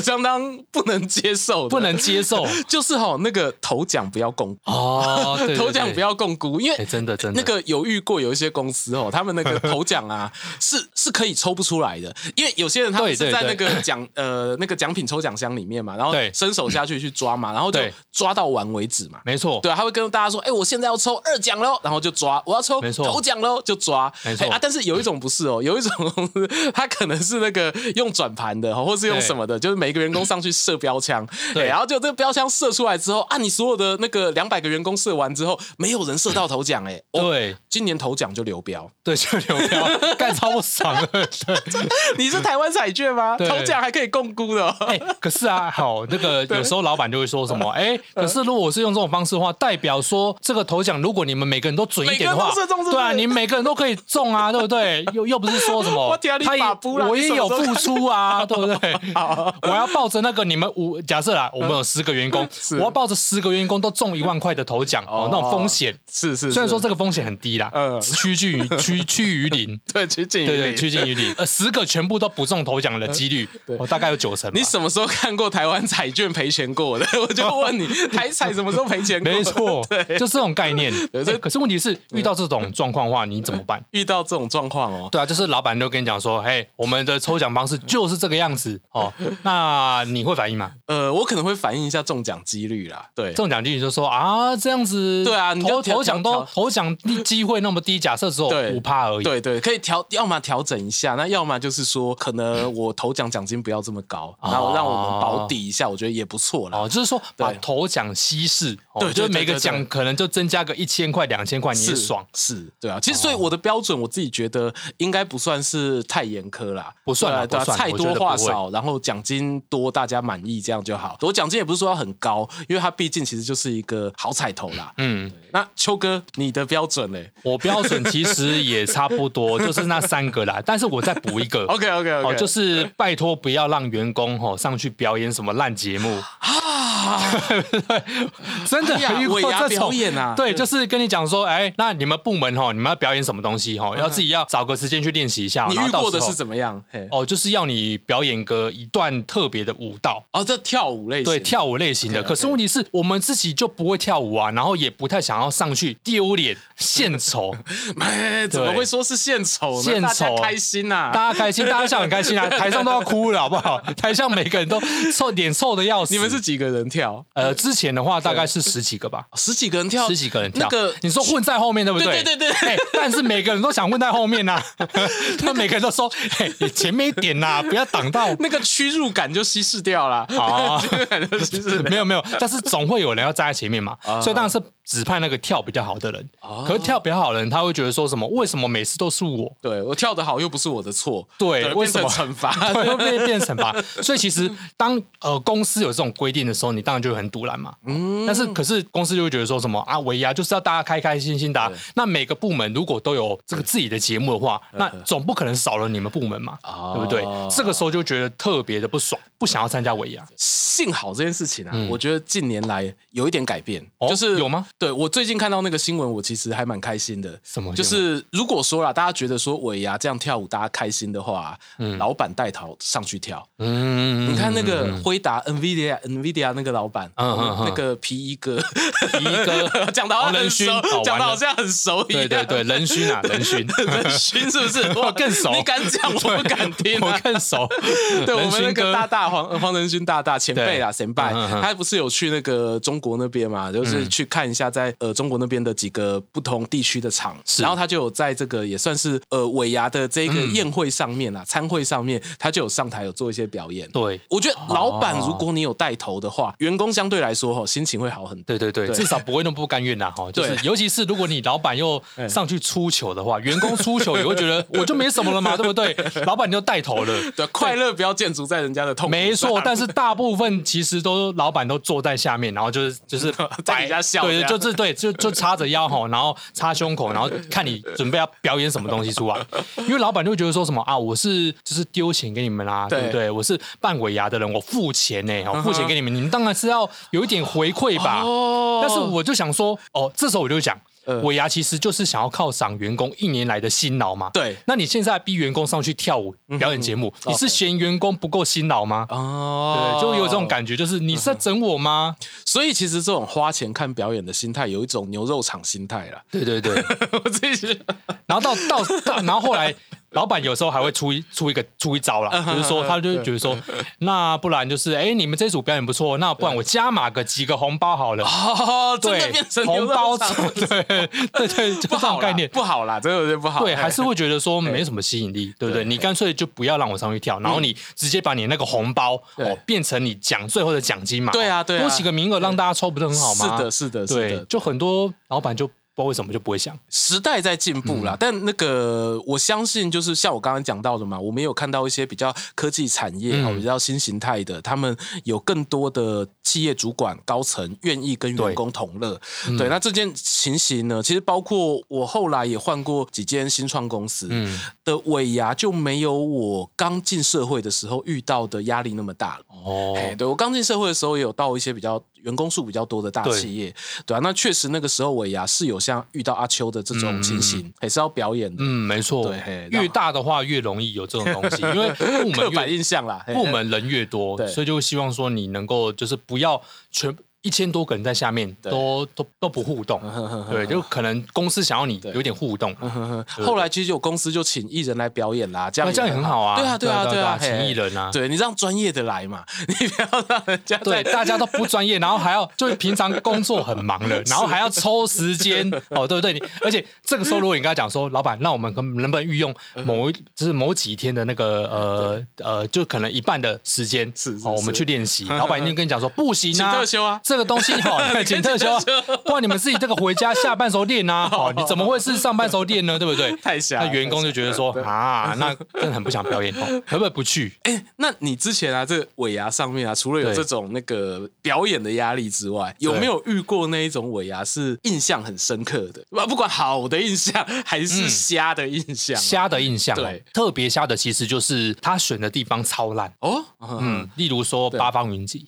Speaker 1: 相当 [laughs] 不能接受的，
Speaker 2: 不能接受
Speaker 1: [laughs] 就是哈、那个头奖不要共，
Speaker 2: 哦，对对
Speaker 1: [laughs] 头奖
Speaker 2: 对
Speaker 1: 不要共估，因为
Speaker 2: 哎、真的真的
Speaker 1: 那个有遇过有一些公司哦，他们那个头奖
Speaker 2: [laughs]
Speaker 1: 啊是是可以抽不出来的，因为有些人他们
Speaker 2: 对
Speaker 1: 是
Speaker 2: 对
Speaker 1: 在那
Speaker 2: 对
Speaker 1: 个奖呃那个奖品抽奖箱里面嘛，然后
Speaker 2: 对
Speaker 1: 伸手下去去抓嘛，然后就
Speaker 2: 对
Speaker 1: 抓到完为止嘛。
Speaker 2: 没错，
Speaker 1: 对，他会跟大家说：“哎、我现在要抽二奖喽，然后就抓；我要抽
Speaker 2: 没错
Speaker 1: 头奖喽，就抓。
Speaker 2: 没错
Speaker 1: 哎啊，但是有一种不是哦，有一种 [laughs] 他可能是那个用转盘的哦，或是用
Speaker 2: 对
Speaker 1: 什么的，就是每个员工上去射标枪，
Speaker 2: 对
Speaker 1: 哎然后就这个标枪射出来之后啊，你所有的那个两百个员工射完之后，没有人射到头奖、哎，哦，
Speaker 2: 对
Speaker 1: 今年头奖就流标，
Speaker 2: 对，就流
Speaker 1: [laughs]
Speaker 2: 标，干超不爽的，对。
Speaker 1: 你是台湾彩券吗？
Speaker 2: 对
Speaker 1: 头奖还可以共估的、哦。 [laughs]
Speaker 2: 哎、可是啊，好，那个有时候老板就会说什么，哎、
Speaker 1: 嗯
Speaker 2: 可是如果我是用这种方式的话，代表说这个头奖，如果你们每个人都准一点的话
Speaker 1: 每个人都是中是不是
Speaker 2: 对啊，你每个人都可以中啊，对
Speaker 1: [laughs]
Speaker 2: 不对？又又不是说什
Speaker 1: 我
Speaker 2: 么
Speaker 1: 天啊，你
Speaker 2: 他也
Speaker 1: 把布啦
Speaker 2: 我
Speaker 1: 你
Speaker 2: 也
Speaker 1: 什么
Speaker 2: 有
Speaker 1: 时候
Speaker 2: 付出啊，对不对
Speaker 1: 好？
Speaker 2: [laughs] 我要抱着那个你们五，假设啦，我们有十个
Speaker 1: [laughs]
Speaker 2: 员工，我要抱着十个员工都中一万块的头奖哦，那种风险。
Speaker 1: 是是，
Speaker 2: 虽然说
Speaker 1: 是
Speaker 2: 这个风险很低啦，
Speaker 1: 嗯
Speaker 2: 趋近于趋趋于零，
Speaker 1: [laughs] 对，趋近于
Speaker 2: 对对，
Speaker 1: 零
Speaker 2: 趋近于零，呃，十个全部都不中头奖的几率，
Speaker 1: [laughs] 对
Speaker 2: 哦，大概有九成吧。
Speaker 1: 你什么时候看过台湾彩券赔钱过的？ [laughs] 我就问你，台彩什么时候赔钱过？
Speaker 2: 哦 [laughs] 没错，
Speaker 1: [laughs] 对，
Speaker 2: 就这种概念。
Speaker 1: [laughs] 对嗯
Speaker 2: 欸可是问题是，遇到这种状况的话，你怎么
Speaker 1: [laughs]
Speaker 2: 办？
Speaker 1: 遇到这种状况哦，
Speaker 2: 对啊，就是老板就跟你讲说，嘿，我们的抽奖方
Speaker 1: 嗯
Speaker 2: 式就是这个样子
Speaker 1: [laughs]
Speaker 2: 哦。那你会反应吗？
Speaker 1: 呃，我可能会反映一下中奖几率啦。对，
Speaker 2: 中奖率就说啊，这样子，
Speaker 1: 对啊你
Speaker 2: 投
Speaker 1: 就调
Speaker 2: 投奖都
Speaker 1: 调
Speaker 2: 投奖机会那么低，假设只有
Speaker 1: 对
Speaker 2: 五趴而已。
Speaker 1: 对对，可以调，要么调整一下，那要么就是说，可能我头奖奖金不要这么高，然后让我们保底一下，我觉得也不错啦。
Speaker 2: 哦，就是说把
Speaker 1: 对
Speaker 2: 头奖稀释，哦
Speaker 1: 对对
Speaker 2: 就是每
Speaker 1: 对
Speaker 2: 个
Speaker 1: 对
Speaker 2: 奖
Speaker 1: 对
Speaker 2: 可能就增加个一千块、两千块，你也
Speaker 1: 是
Speaker 2: 爽，哦
Speaker 1: 是，对啊。其实，所以我的标准，我自己觉得应该不算是太严苛啦，
Speaker 2: 不算啦
Speaker 1: 对啊
Speaker 2: 不
Speaker 1: 对啊，
Speaker 2: 算
Speaker 1: 菜
Speaker 2: 我觉
Speaker 1: 多
Speaker 2: 得
Speaker 1: 话
Speaker 2: 不会
Speaker 1: 少，然后奖金多，大家满意这样就好。我奖金也不是说要很高，因为它毕竟其实就是一个好彩头啦。
Speaker 2: 嗯。
Speaker 1: 那秋哥，你的标准嘞
Speaker 2: 我标准其实也差不多，就是那三个啦。但是我再补一个
Speaker 1: [laughs] ？OK OK OK，
Speaker 2: 哦，就是拜托不要让员工哦上去表演什么烂节目，
Speaker 1: 啊，
Speaker 2: [laughs] 真的
Speaker 1: 哎呀
Speaker 2: 遇过
Speaker 1: 尾牙
Speaker 2: 这种
Speaker 1: 表演啊
Speaker 2: 对，就是跟你讲说，哎，那你们部门哦，你们要表演什么东西哦，要自己要找个时间去练习一下。
Speaker 1: 嗯你
Speaker 2: 然
Speaker 1: 遇
Speaker 2: 后到
Speaker 1: 过的
Speaker 2: 时候
Speaker 1: 是怎么样？嘿，
Speaker 2: 哦，就是要你表演个一段特别的舞蹈。
Speaker 1: 哦，这跳舞类型，
Speaker 2: 对跳舞类型的，
Speaker 1: OK，OK
Speaker 2: 可是问题是我们自己就不会跳舞啊，然后也不太想要上去丢脸献
Speaker 1: [laughs]
Speaker 2: 丑，
Speaker 1: [laughs] 哎，怎么会说是献丑呢？
Speaker 2: 献丑啊
Speaker 1: 大家开心啊呐、
Speaker 2: 大家开心，大家笑很开心啊，台上都要哭了，好不好？台上每个人都臭脸臭的要死。
Speaker 1: 你们是几个人跳？哦
Speaker 2: 呃，之前的话大概是十几个吧，
Speaker 1: 十几个人跳，
Speaker 2: 十几个人跳。
Speaker 1: 那个
Speaker 2: 你说混在后面对不
Speaker 1: 对
Speaker 2: 对
Speaker 1: 对对对
Speaker 2: 哎但是每个人都想混在后面呐、
Speaker 1: [laughs]
Speaker 2: 啊，那每个人都说：“哎、你前面一点呐、不要挡到。
Speaker 1: 那个屈辱感就稀释掉了。
Speaker 2: 哦
Speaker 1: 屈辱感就稀释
Speaker 2: 没有没有，但是总会有人要站在前面嘛，
Speaker 1: 啊
Speaker 2: 所以当然是指派那个跳比较好的人。
Speaker 1: 哦
Speaker 2: 可是跳比较好的人，他会觉得说什么？为什么每次都是我？
Speaker 1: [laughs] 对我跳得好又不是我的错，
Speaker 2: 对
Speaker 1: 变
Speaker 2: 为什
Speaker 1: 成惩
Speaker 2: 么 [laughs]
Speaker 1: 罚？
Speaker 2: 对，会被变惩罚。所以其实当呃公司有这种规定的时候，你当然就会很堵然嘛。嗯，但是可是公司就会觉得说什么啊，维亚就是要大家开开心心的啊、那每个部门如果都有这个自己的节目的话，那总不可能少了你们部门嘛，
Speaker 1: 嗯哦
Speaker 2: 对不对？这个时候就觉得特别的不爽，不想要参加维亚。
Speaker 1: 幸好这件事情啊，我觉得近年来有一点改变，
Speaker 2: 嗯哦
Speaker 1: 就是
Speaker 2: 有吗？
Speaker 1: 对我最近看到那个新闻，我其实还蛮开心的。
Speaker 2: 什么
Speaker 1: 就是如果说啦，大家觉得说尾牙这样跳舞大家开心的话，啊老板带头上去跳。
Speaker 2: 嗯
Speaker 1: 你看那个辉达 NVIDIA NVIDIA 那个老板，
Speaker 2: 嗯嗯嗯
Speaker 1: 那个皮衣哥，
Speaker 2: 皮衣哥
Speaker 1: [laughs] 讲的好像
Speaker 2: 哦
Speaker 1: 很
Speaker 2: 人
Speaker 1: 熟
Speaker 2: 勋哦，
Speaker 1: 讲的
Speaker 2: 完了
Speaker 1: 好像很熟一
Speaker 2: 对
Speaker 1: 样。
Speaker 2: 对
Speaker 1: [laughs]
Speaker 2: 对，人勋啊，人勋。
Speaker 1: 人勋是不
Speaker 2: [laughs]
Speaker 1: 是？我
Speaker 2: 更熟
Speaker 1: 你敢 [laughs] 讲，我不敢听
Speaker 2: 我
Speaker 1: 啊。
Speaker 2: 更熟，
Speaker 1: 对我
Speaker 2: 人
Speaker 1: 们那
Speaker 2: 勋
Speaker 1: 个
Speaker 2: 哥
Speaker 1: 大大黄黄仁勋大大前辈啊，前辈，
Speaker 2: 嗯嗯嗯
Speaker 1: 他不是有去那个中国那边嘛，就是去看一下在呃中国那边的几个不同地区的厂，然后他就有在这个也算是呃尾牙的这个
Speaker 2: 嗯
Speaker 1: 宴会上面啊，餐会上面，他就有上台有做一些表演。
Speaker 2: 对
Speaker 1: 我觉得老板如果你有带头的话，员工相对来说哈心情会好很多。
Speaker 2: 对对对，
Speaker 1: 对
Speaker 2: 至少不会那么不甘愿呐、哈，就是
Speaker 1: 对嗯
Speaker 2: 尤其是如果你老板又上去出糗的话，员工出糗也会觉
Speaker 1: [laughs]
Speaker 2: 得我就没什么了嘛，对不对？老板你就带头了。
Speaker 1: 对，快乐不要建筑在人家的痛苦
Speaker 2: 没
Speaker 1: 上。
Speaker 2: 错，但是大部分其实都老板都坐在下面，然后就是就是
Speaker 1: [laughs] 在底下笑这
Speaker 2: 对，
Speaker 1: 样
Speaker 2: 就是对，就就叉着腰吼，然后擦胸口，然后看你准备要表演什么东西出来，因为老板就会觉得说什么啊，我是就是丢钱给你们啦、对
Speaker 1: 对嗯
Speaker 2: 不对？我是办尾牙的人，我付钱呢、我付钱给你们，你们当然是要有一点回馈吧。
Speaker 1: 哦
Speaker 2: 但是我就想说，哦，这时候我就讲
Speaker 1: 呃。
Speaker 2: 尾牙其实就是想要犒赏员工一年来的辛劳嘛。
Speaker 1: 对嗯
Speaker 2: 那你现在逼员工上去跳舞表演节目，你是嫌员工不够辛劳吗？
Speaker 1: 哦，嗯
Speaker 2: 对，就有这种感觉，就是你是在整我吗？
Speaker 1: 所以其实这种花钱看表演的心态，有一种牛肉场心态啦。
Speaker 2: 对对对。
Speaker 1: 我自己觉得，
Speaker 2: 然后到到到，然后后来。 [laughs] 老板有时候还会出一出一个出一招
Speaker 1: 嗯
Speaker 2: 啦，就是说他就会觉得说，那不然就是哎、你们这组表演不错，那不然我加码个几个红包好了，
Speaker 1: [laughs] 哦， [laughs] 真的
Speaker 2: 对
Speaker 1: 变成，牛
Speaker 2: 红包
Speaker 1: 肉
Speaker 2: 抽，
Speaker 1: 场，
Speaker 2: [laughs] 对对对，就
Speaker 1: 不
Speaker 2: 这
Speaker 1: 好
Speaker 2: 种
Speaker 1: 啦
Speaker 2: 概念，
Speaker 1: 不好啦，真的是不好。
Speaker 2: 对，还是会觉得说没什么吸引力，对不对？你干脆就不要让我上去跳，然后你直接把你那个红包
Speaker 1: 嗯对
Speaker 2: 哦变成你奖最后的奖金嘛，哦
Speaker 1: 对啊对啊
Speaker 2: 多几个名额让大家抽不是很好
Speaker 1: 哎是
Speaker 2: 吗？
Speaker 1: 的，是的，是
Speaker 2: 对
Speaker 1: 的，，
Speaker 2: 就很多老板就不知道为什么就不会想，
Speaker 1: 时代在进步啦。但那个我相信，就是像我刚刚讲到的嘛，我们有看到一些比较科技产业、哦，比较新形态的，他们有更多的企业主管高层愿意跟员工同乐。对，那这件情形呢，其实包括我后来也换过几间新创公司，
Speaker 2: 嗯，
Speaker 1: 的尾牙就没有我刚进社会的时候遇到的压力那么大了。
Speaker 2: 哦
Speaker 1: 哎、对我刚进社会的时候，也有到一些比较员工数比较多的大
Speaker 2: 对
Speaker 1: 企业，对啊，那确实那个时候尾牙是有像遇到阿秋的这种情形，也是要表演的，
Speaker 2: 嗯，没错
Speaker 1: 对嘿，然后
Speaker 2: 越大的话越容易有这种东
Speaker 1: [laughs]
Speaker 2: 西，因为部
Speaker 1: 刻
Speaker 2: 门
Speaker 1: 板
Speaker 2: 越
Speaker 1: 印象啦，嘿 [laughs]
Speaker 2: 部门人越多
Speaker 1: 对，
Speaker 2: 所以就希望说你能够就是不要全一千多个人在下面
Speaker 1: 对嗯
Speaker 2: 都都都不互动，对，就可能公司想要你有点互动，对
Speaker 1: 后来其实有公司就请艺人来表演啦，这样
Speaker 2: 那这样也很好啊
Speaker 1: 对啊，对啊，
Speaker 2: 对
Speaker 1: 啊
Speaker 2: 啊，
Speaker 1: 嘿
Speaker 2: 对啊请艺人啊
Speaker 1: 对你让专业的来嘛，你不要让人 [laughs] 家
Speaker 2: 对，
Speaker 1: 在
Speaker 2: 大家都不专业，然后还要就是平常工作很忙
Speaker 1: [laughs]
Speaker 2: 了，然后还要抽时间哦，对不对？你而且这个时候，如果你跟他讲说，老板，那我们可能不能
Speaker 1: [laughs]
Speaker 2: 运用某一就是某几天的那个呃呃，就可能一半的时间，
Speaker 1: 是是
Speaker 2: 哦，我们
Speaker 1: 是
Speaker 2: 去练
Speaker 1: [laughs]
Speaker 2: 习。老板一定跟你讲说，不行
Speaker 1: 请
Speaker 2: 啊，
Speaker 1: 特休啊
Speaker 2: 这个东西好，
Speaker 1: [laughs]
Speaker 2: 请特休啊
Speaker 1: 请特休，
Speaker 2: 不然你们自己这个回家下班时候练
Speaker 1: [laughs]
Speaker 2: 啊，哦，你怎么会是上班时候练呢？对不对？
Speaker 1: 太瞎了
Speaker 2: 那员工就觉得说啊，那真的很不想表演，哦，可不可以不去？
Speaker 1: 哎、那你之前啊，这个尾牙上面啊，除了有
Speaker 2: 对
Speaker 1: 这种那个表演的压力之外，有没有遇过那一种尾牙是印象很深刻的？不不管好的印象还是瞎的印象、啊
Speaker 2: 瞎的印象、哦，
Speaker 1: 对
Speaker 2: 特别瞎的其实就是他选的地方超烂。
Speaker 1: 哦，嗯，
Speaker 2: 嗯，例如说八方云集，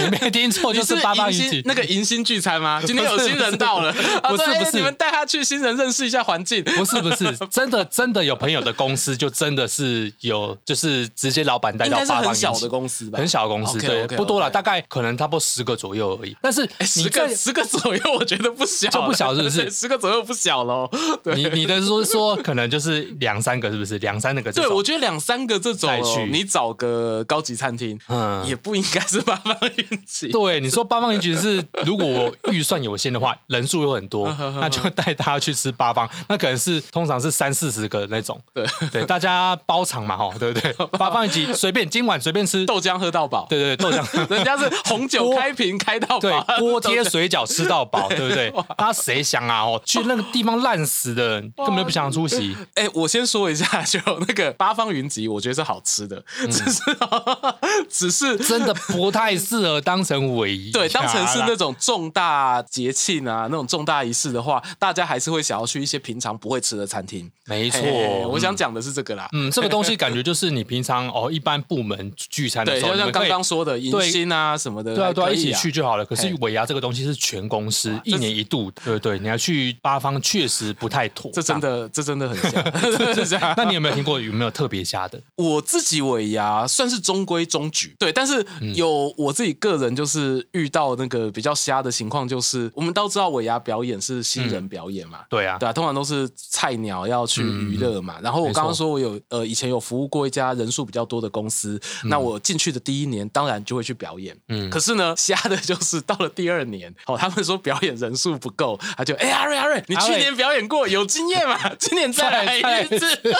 Speaker 2: 你没听错，
Speaker 1: 你
Speaker 2: 就是八方
Speaker 1: 迎
Speaker 2: 云
Speaker 1: 新
Speaker 2: 集。
Speaker 1: 那个迎新聚餐
Speaker 2: [laughs]
Speaker 1: 吗？今天有新人到了，啊
Speaker 2: 不是
Speaker 1: 说哎
Speaker 2: 不是
Speaker 1: 你们带他去新人认识一下环境。
Speaker 2: 不是不是，
Speaker 1: [laughs]
Speaker 2: 真的真的有朋友的公司就真的是有，就是直接老板带
Speaker 1: 应
Speaker 2: 到
Speaker 1: 该是
Speaker 2: 八方云
Speaker 1: 很
Speaker 2: 集，
Speaker 1: 小的公司吧，
Speaker 2: 很小的公司
Speaker 1: OK，
Speaker 2: 对
Speaker 1: OK，
Speaker 2: 不多了，
Speaker 1: OK
Speaker 2: 大概可能差不多十个左右而已。但是
Speaker 1: 哎
Speaker 2: 你
Speaker 1: 十
Speaker 2: 在
Speaker 1: 个十个左右，我觉得不小了，
Speaker 2: 就不小是不是
Speaker 1: 对 [laughs] 十个左右不小哦喽。对，
Speaker 2: 你你的说说可能就是两三个，是不是两三个这
Speaker 1: 对，
Speaker 2: 种？
Speaker 1: 我觉得两三个这种
Speaker 2: 再
Speaker 1: 哦，
Speaker 2: 去
Speaker 1: 你找个高级餐厅，
Speaker 2: 嗯
Speaker 1: 也不应该是八方云集。
Speaker 2: 对，你说八方云集是，如果我预算有限的话，人数有很多，
Speaker 1: 嗯
Speaker 2: 那就带大家去吃八方，那可能是通常是三四十个那种，
Speaker 1: 对
Speaker 2: 对，大家包场嘛，吼，对不对？八方云集随便，今晚随便吃，
Speaker 1: 豆浆喝到饱，
Speaker 2: 对对对豆
Speaker 1: [laughs]
Speaker 2: 浆，
Speaker 1: 人家是红酒开瓶开到
Speaker 2: 对
Speaker 1: 饱，
Speaker 2: 锅贴水饺吃到饱，对不对？那谁想啊？哦，去那个地方烂死的，根本就不想出
Speaker 1: [laughs]
Speaker 2: 席。
Speaker 1: [laughs] 哎、我先说一下，就那个八方云集，我觉得是好吃的，
Speaker 2: 嗯
Speaker 1: 只是 [laughs] 只是
Speaker 2: 真的不太适合当成尾仪，
Speaker 1: 对，当成是
Speaker 2: 啊
Speaker 1: 那种重大节庆啊，那种重大仪式的话，大家还是会想要去一些平常不会吃的餐厅。
Speaker 2: 没错
Speaker 1: 嘿嘿，我
Speaker 2: 嗯
Speaker 1: 想讲的是这个啦。
Speaker 2: 嗯，这个东西感觉就是你平常哦，一般部门聚餐的
Speaker 1: 对，
Speaker 2: 时候，
Speaker 1: 就
Speaker 2: 你
Speaker 1: 像
Speaker 2: 们可
Speaker 1: 刚
Speaker 2: 以
Speaker 1: 刚说的迎
Speaker 2: 对
Speaker 1: 新啊什么的，
Speaker 2: 对啊，
Speaker 1: 还
Speaker 2: 对啊，
Speaker 1: 可
Speaker 2: 一
Speaker 1: 以
Speaker 2: 起去就好了。可是
Speaker 1: 嘿
Speaker 2: 尾牙这个东西是全公司一
Speaker 1: 这
Speaker 2: 年一度，对不对？你要去八方确实不太妥，
Speaker 1: 这真。的，这真的很像， [laughs] 是这样。
Speaker 2: [laughs] 那你有没有听过有没有特别瞎的？
Speaker 1: 我自己尾牙算是中规中矩，对，但是
Speaker 2: 嗯
Speaker 1: 有我自己个人就是遇到那个比较瞎的情况，就是我们都知道尾牙表演是新人表演嘛。
Speaker 2: 对啊，
Speaker 1: 对啊，通常都是菜鸟要去娱乐嘛。然后我
Speaker 2: 嗯没错
Speaker 1: 刚刚说，我有呃以前有服务过一家人数比较多的公司，
Speaker 2: 嗯
Speaker 1: 那我进去的第一年当然就会去表演。嗯，可是呢，瞎的就是到了第二年，哦，他们说表演人数不够，他就哎阿瑞阿瑞，你
Speaker 2: 阿
Speaker 1: 去
Speaker 2: 瑞
Speaker 1: 年表演过，有经验嘛，今年再来
Speaker 2: 再来
Speaker 1: 一
Speaker 2: 再来 [laughs] 一
Speaker 1: 次。 [laughs]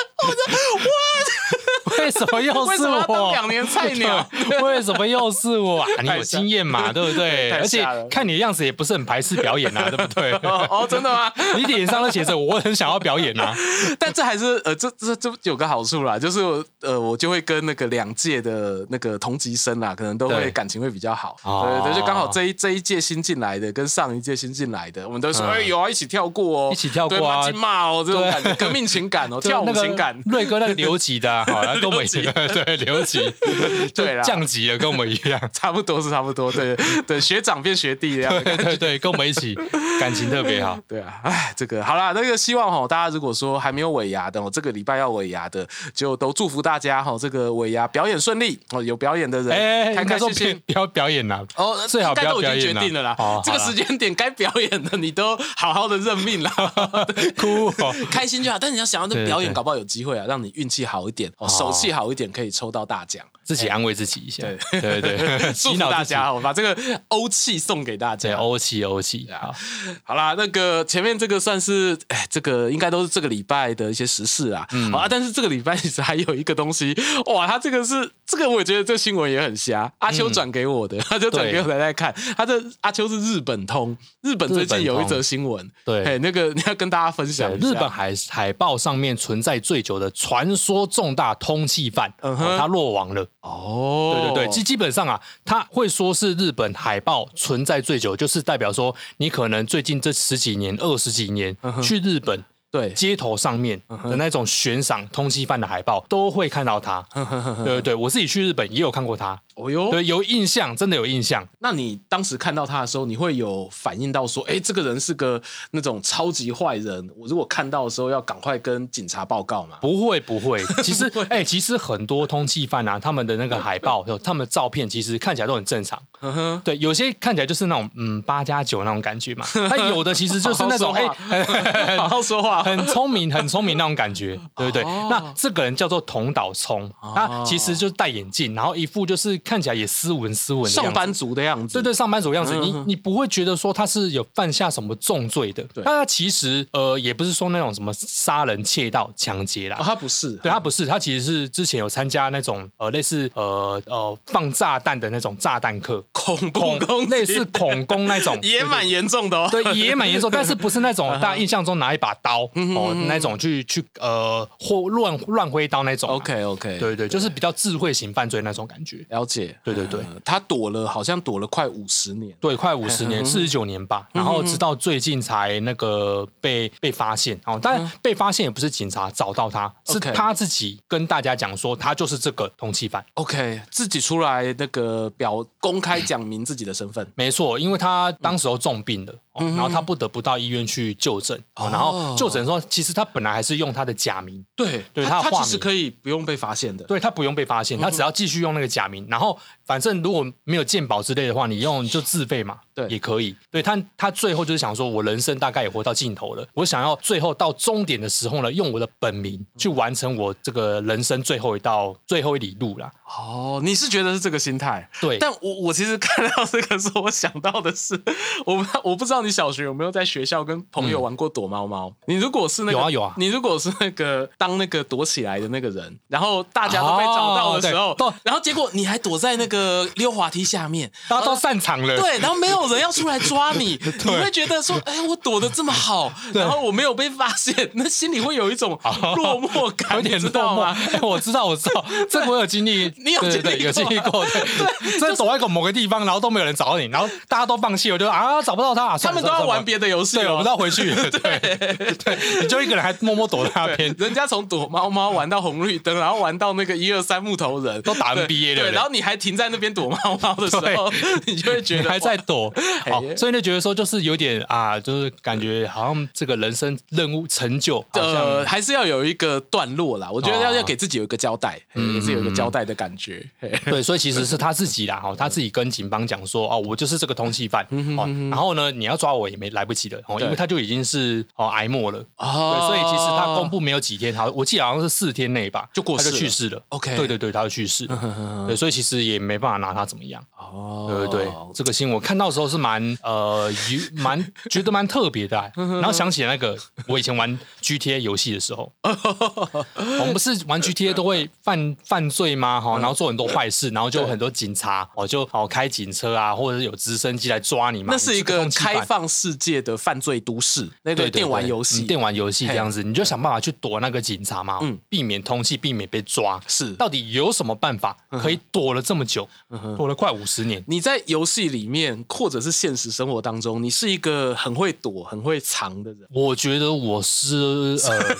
Speaker 2: 为什么
Speaker 1: [laughs]
Speaker 2: 又
Speaker 1: 为
Speaker 2: 是
Speaker 1: 什么要当
Speaker 2: 我？
Speaker 1: 两年菜
Speaker 2: [laughs]
Speaker 1: [laughs] 鸟？
Speaker 2: 为什么又
Speaker 1: [laughs]
Speaker 2: 是我啊？你
Speaker 1: 太
Speaker 2: 有
Speaker 1: 瞎
Speaker 2: 经验
Speaker 1: [laughs]
Speaker 2: 嘛，对不对？
Speaker 1: 太
Speaker 2: 而且
Speaker 1: 瞎了
Speaker 2: 看你的样子也不是很排斥表演啊，对不对？
Speaker 1: 哦哦，真的吗？
Speaker 2: 你脸上都写着我很想要表演啊，
Speaker 1: 但这还是呃，这这这有个好处啦，就是我呃，我就会跟那个两届的那个同级生啦，可能都会
Speaker 2: 对
Speaker 1: 感情会比较好。
Speaker 2: 哦
Speaker 1: 对对，就刚好这一这一届新进来的跟上一届新进来的，我们都说
Speaker 2: 嗯
Speaker 1: 哎有啊，一起跳过哦，
Speaker 2: 一起跳过啊
Speaker 1: 对骂骂哦，这种
Speaker 2: 对
Speaker 1: 感觉，革命情感哦， [laughs] 跳舞
Speaker 2: 就 [laughs] 那个
Speaker 1: 情感。
Speaker 2: 瑞哥那个留
Speaker 1: [laughs]
Speaker 2: 级的啊，好像跟我们一
Speaker 1: 留
Speaker 2: 样， [laughs] 对，
Speaker 1: [laughs]
Speaker 2: 留级，
Speaker 1: 对啦
Speaker 2: 就降级了，跟我们一样。 [laughs]
Speaker 1: 差不多是差不多，对对，学长变学弟这样的
Speaker 2: 对对对，跟我们一起，感情特别好。
Speaker 1: 对啊，哎，这个好啦，那个希望哈，大家如果说还没有尾牙的，哦，这个礼拜要尾牙的，就都祝福大家哈，这个尾牙表演顺利哦，有表演的人、
Speaker 2: 哎，
Speaker 1: 开
Speaker 2: 应
Speaker 1: 开
Speaker 2: 该说
Speaker 1: 心
Speaker 2: 别
Speaker 1: 心。
Speaker 2: 不 [laughs] 要表演啊啦，
Speaker 1: 哦，
Speaker 2: 最好
Speaker 1: 应
Speaker 2: 不
Speaker 1: 该
Speaker 2: 要
Speaker 1: 都已
Speaker 2: 表
Speaker 1: 经决
Speaker 2: 演啦
Speaker 1: 定了啦，
Speaker 2: 哦
Speaker 1: 这个
Speaker 2: 好啦
Speaker 1: 时间点该表演的你都好好的认命啦，对
Speaker 2: [laughs] 哭哦。
Speaker 1: [laughs] 开心就好。但你要想要这
Speaker 2: 对对
Speaker 1: 表演，
Speaker 2: 对
Speaker 1: 搞不好有机会啊，让你运气好一点，哦，手气好一点，可以抽到大奖。
Speaker 2: 自己安慰自己一下， [laughs] 对
Speaker 1: [laughs]
Speaker 2: 对对，
Speaker 1: 哎祝
Speaker 2: 洗
Speaker 1: 福
Speaker 2: 脑
Speaker 1: 大
Speaker 2: 自己
Speaker 1: 家，，啊我把这个欧气送给大
Speaker 2: 对
Speaker 1: 家。
Speaker 2: 欧气欧气，
Speaker 1: 啊
Speaker 2: 好
Speaker 1: 好啦，那个前面这个算是，哎，这个应该都是这个礼拜的一些时事啦。
Speaker 2: 嗯
Speaker 1: 好啊，但是这个礼拜其实还有一个东西，哇，他这个是这个，我也觉得这个新闻也很瞎。阿秋转给我的，
Speaker 2: 嗯
Speaker 1: 他就转给我来来看。他这阿秋是日本通，日本最近有一则新闻，
Speaker 2: 对
Speaker 1: 哎，那个你 [laughs] 要跟大家分享
Speaker 2: 对
Speaker 1: 一下
Speaker 2: 日本海海报上面存在最久的传说重大通缉犯，
Speaker 1: 嗯哼
Speaker 2: 哦他落网了。
Speaker 1: 哦，
Speaker 2: 对对对，基基本上啊，他会说是日本海报存在最久，就是代表说你可能最近这十几年、二十几年
Speaker 1: 嗯
Speaker 2: 去日本
Speaker 1: 对
Speaker 2: 街头上面
Speaker 1: 嗯
Speaker 2: 的那
Speaker 1: 嗯
Speaker 2: 种悬赏通缉犯的海报，都会看到他。对对对，我自己去日本也有看过他，
Speaker 1: [laughs] 哦哟，
Speaker 2: 对，有印象，真的有印象。
Speaker 1: 那你当时看到他的时候，你会有反应到说，哎，这个人是个那种超级坏人，我如果看到的时候要赶快跟警察报告嘛？
Speaker 2: 不会不会，
Speaker 1: [laughs]
Speaker 2: 其实哎、其实很多通缉犯啊，他们的那个海报、 [laughs] 他们的照片，其实看起来都很正常。
Speaker 1: 嗯哼，
Speaker 2: 对，有些看起来就是那种嗯八加九那种
Speaker 1: [laughs]
Speaker 2: 感觉嘛，那有的其实就是那种
Speaker 1: 好好说话
Speaker 2: 哎 [laughs]
Speaker 1: 好好说话。
Speaker 2: 很聪明，很聪明那种感觉，对不对？
Speaker 1: 哦
Speaker 2: 那这个人叫做桐岛聪，他其实就是戴眼镜，然后一副就是看起来也斯文斯文的样
Speaker 1: 上
Speaker 2: 子
Speaker 1: 班族的样子，
Speaker 2: 对对，上班族样子，
Speaker 1: 嗯
Speaker 2: 你你不会觉得说他是有犯下什么重罪的。
Speaker 1: 对
Speaker 2: 那他其实呃，也不是说那种什么杀人、窃盗、抢劫啦，
Speaker 1: 哦，他不是，
Speaker 2: 对他不是，他其实是之前有参加那种呃类似呃呃放炸弹的那种炸弹课，
Speaker 1: 恐怖攻击
Speaker 2: 类似恐攻那
Speaker 1: [laughs]
Speaker 2: 种
Speaker 1: 也蛮严重的哦。
Speaker 2: 对，也蛮严重，但是不是
Speaker 1: [laughs]
Speaker 2: 那种大家印象中拿一把刀
Speaker 1: 嗯
Speaker 2: 哦那种去去呃或乱乱挥刀那种啊、
Speaker 1: ，OK OK，
Speaker 2: 对对，就是比较智慧型犯罪那种感觉。
Speaker 1: 了解。
Speaker 2: 对对对
Speaker 1: 嗯他躲了，好像躲了快五十年。
Speaker 2: 对，快五十
Speaker 1: 嗯
Speaker 2: 年，四十九年吧，然后直到最近才那个被被发现哦。当然被发现也不是警察找到他，是
Speaker 1: 嗯 OK
Speaker 2: 他自己跟大家讲说他就是这个通缉犯。
Speaker 1: OK，自己出来那个表公开讲明自己的身份。
Speaker 2: 没错，因为他当时候重病了，
Speaker 1: 嗯
Speaker 2: 哦然后他不得不到医院去就诊，哦然后就诊的时候，其实他本来还是用他的假名，
Speaker 1: 对，
Speaker 2: 对他
Speaker 1: 他
Speaker 2: 有化
Speaker 1: 他其实
Speaker 2: 名
Speaker 1: 可以不用被发现的。
Speaker 2: 对他不用被发
Speaker 1: 嗯
Speaker 2: 现，他只要继续用那个假名，然后反正如果没有鉴保之类的话，你用就自费嘛，
Speaker 1: 对
Speaker 2: 也可以。对他，他最后就是想说，我人生大概也活到尽头了，我想要最后到终点的时候呢，用我的本名去完成我这个人生最后一道最后一里路啦。
Speaker 1: 哦，你是觉得是这个心态？
Speaker 2: 对，
Speaker 1: 但我我其实看到这个时候，我想到的是，我不知道我不知道你小学有没有在学校跟朋友玩过躲猫猫。你如果是那个
Speaker 2: 嗯有啊有啊
Speaker 1: 你如果是那个当那个躲起来的那个人，然后大家都被找到的时候，
Speaker 2: 哦对都
Speaker 1: 然后结果你还躲在那个溜滑梯下
Speaker 2: [laughs]
Speaker 1: 面，
Speaker 2: 大家都散场了，
Speaker 1: 呃对，然后没有人要出来抓
Speaker 2: [laughs]
Speaker 1: 你，你会觉得说，哎，我躲得这么好，然后我没有被发现，那心里会有一种落寞感，
Speaker 2: 哦有点
Speaker 1: 你知
Speaker 2: 落
Speaker 1: 道
Speaker 2: 寞。
Speaker 1: 吗？
Speaker 2: 哎，我知道，
Speaker 1: [laughs]
Speaker 2: 我知道，这个我有经历，
Speaker 1: 你有
Speaker 2: 对对
Speaker 1: 经历
Speaker 2: 对有经历过，对，这躲在一个某个地方，然后都没有人找你，然后大家都放弃，我就啊找不到他，
Speaker 1: 他
Speaker 2: 算了
Speaker 1: 们都要
Speaker 2: 算了算
Speaker 1: 玩
Speaker 2: 了
Speaker 1: 别的游戏、哦，
Speaker 2: 对，我们都要回去。
Speaker 1: [laughs]
Speaker 2: 对对，你就一个人还默默躲在那边，
Speaker 1: 人家从躲猫猫玩到红绿灯，然后玩到那个一二三木头人，
Speaker 2: 都打
Speaker 1: 对
Speaker 2: NBA 了
Speaker 1: 对，然后你还停在那边躲猫猫的时候， [laughs] 你就会觉
Speaker 2: 你
Speaker 1: 得
Speaker 2: 还在
Speaker 1: 哇
Speaker 2: 躲，
Speaker 1: 哎
Speaker 2: 好，所以就觉得说就是有点啊，就是感觉好像这个人生任务成就好
Speaker 1: 呃，
Speaker 2: 像。
Speaker 1: 还是要有一个段落啦。我觉得要
Speaker 2: 哦
Speaker 1: 要给自己有一个交代，嘿也是有一
Speaker 2: 嗯
Speaker 1: 个交代的感觉。嘿
Speaker 2: [laughs] 对，所以其实是他自己啦，哈，他自己跟警方讲说，哦，我就是这个通缉犯，
Speaker 1: 嗯
Speaker 2: 哦，然后呢，你要抓我也没来不及了，哦，因为
Speaker 1: 对
Speaker 2: 他就已经是哦癌末了，对，
Speaker 1: 哦
Speaker 2: 所以其实他公布没有几天，好，我记得好像是四天内吧，
Speaker 1: 就过
Speaker 2: 他
Speaker 1: 世
Speaker 2: 就
Speaker 1: 了
Speaker 2: 去世了。
Speaker 1: OK 嗯
Speaker 2: 对对对，他就去世了，对，所以其实也没办法拿他怎么样。
Speaker 1: 哦
Speaker 2: 对对对，这个新闻我看到的时候是蛮呃，有蛮 [laughs] 觉得蛮特别的啊、
Speaker 1: 嗯
Speaker 2: 然后想起那个我以前玩 GTA 游戏的
Speaker 1: [laughs]
Speaker 2: 时候，哦我们不是玩 GTA 都会犯犯罪吗？
Speaker 1: 嗯
Speaker 2: 哈，然后做很多坏事，然后就有很多警察哦，就哦开警车啊，或者是有直升机来抓你嘛。
Speaker 1: 那是一个
Speaker 2: 你通缉犯
Speaker 1: 开放世界的犯罪都市，那
Speaker 2: 对
Speaker 1: 个电玩游戏，嗯
Speaker 2: 嗯电玩游戏这样子，你就想办法去躲那个警察嘛，避免通缉，避免被抓。
Speaker 1: 是嗯
Speaker 2: 到底有什么办法可以躲了这么久，躲了快五十年？
Speaker 1: 你在游戏里面或者是现实生活当中，你是一个很会躲、很会藏的人。
Speaker 2: 我觉得我是
Speaker 1: [laughs]
Speaker 2: 呃，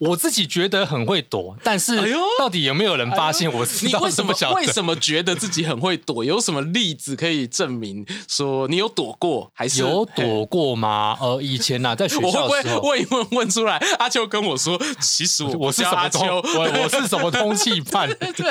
Speaker 2: 我自己觉得很会躲，但
Speaker 1: 哎
Speaker 2: 是
Speaker 1: 呦哎
Speaker 2: 到底有没有人发现我知
Speaker 1: 你
Speaker 2: 道？
Speaker 1: 为什么
Speaker 2: 不晓
Speaker 1: 为
Speaker 2: 得？
Speaker 1: 什么觉得自己很会躲？有什么例子可以证明说你有躲过？还是
Speaker 2: 有？
Speaker 1: 嘿
Speaker 2: 躲过吗？呃，以前呐、在学
Speaker 1: 我会
Speaker 2: 校
Speaker 1: 不
Speaker 2: 的时
Speaker 1: 会
Speaker 2: 候，
Speaker 1: 问一问问出来？阿秋跟我说，其实我
Speaker 2: [laughs] 我是
Speaker 1: 叫
Speaker 2: 什么
Speaker 1: 阿
Speaker 2: 通？
Speaker 1: 秋，
Speaker 2: 我我是什么通缉犯？
Speaker 1: [laughs]
Speaker 2: 对，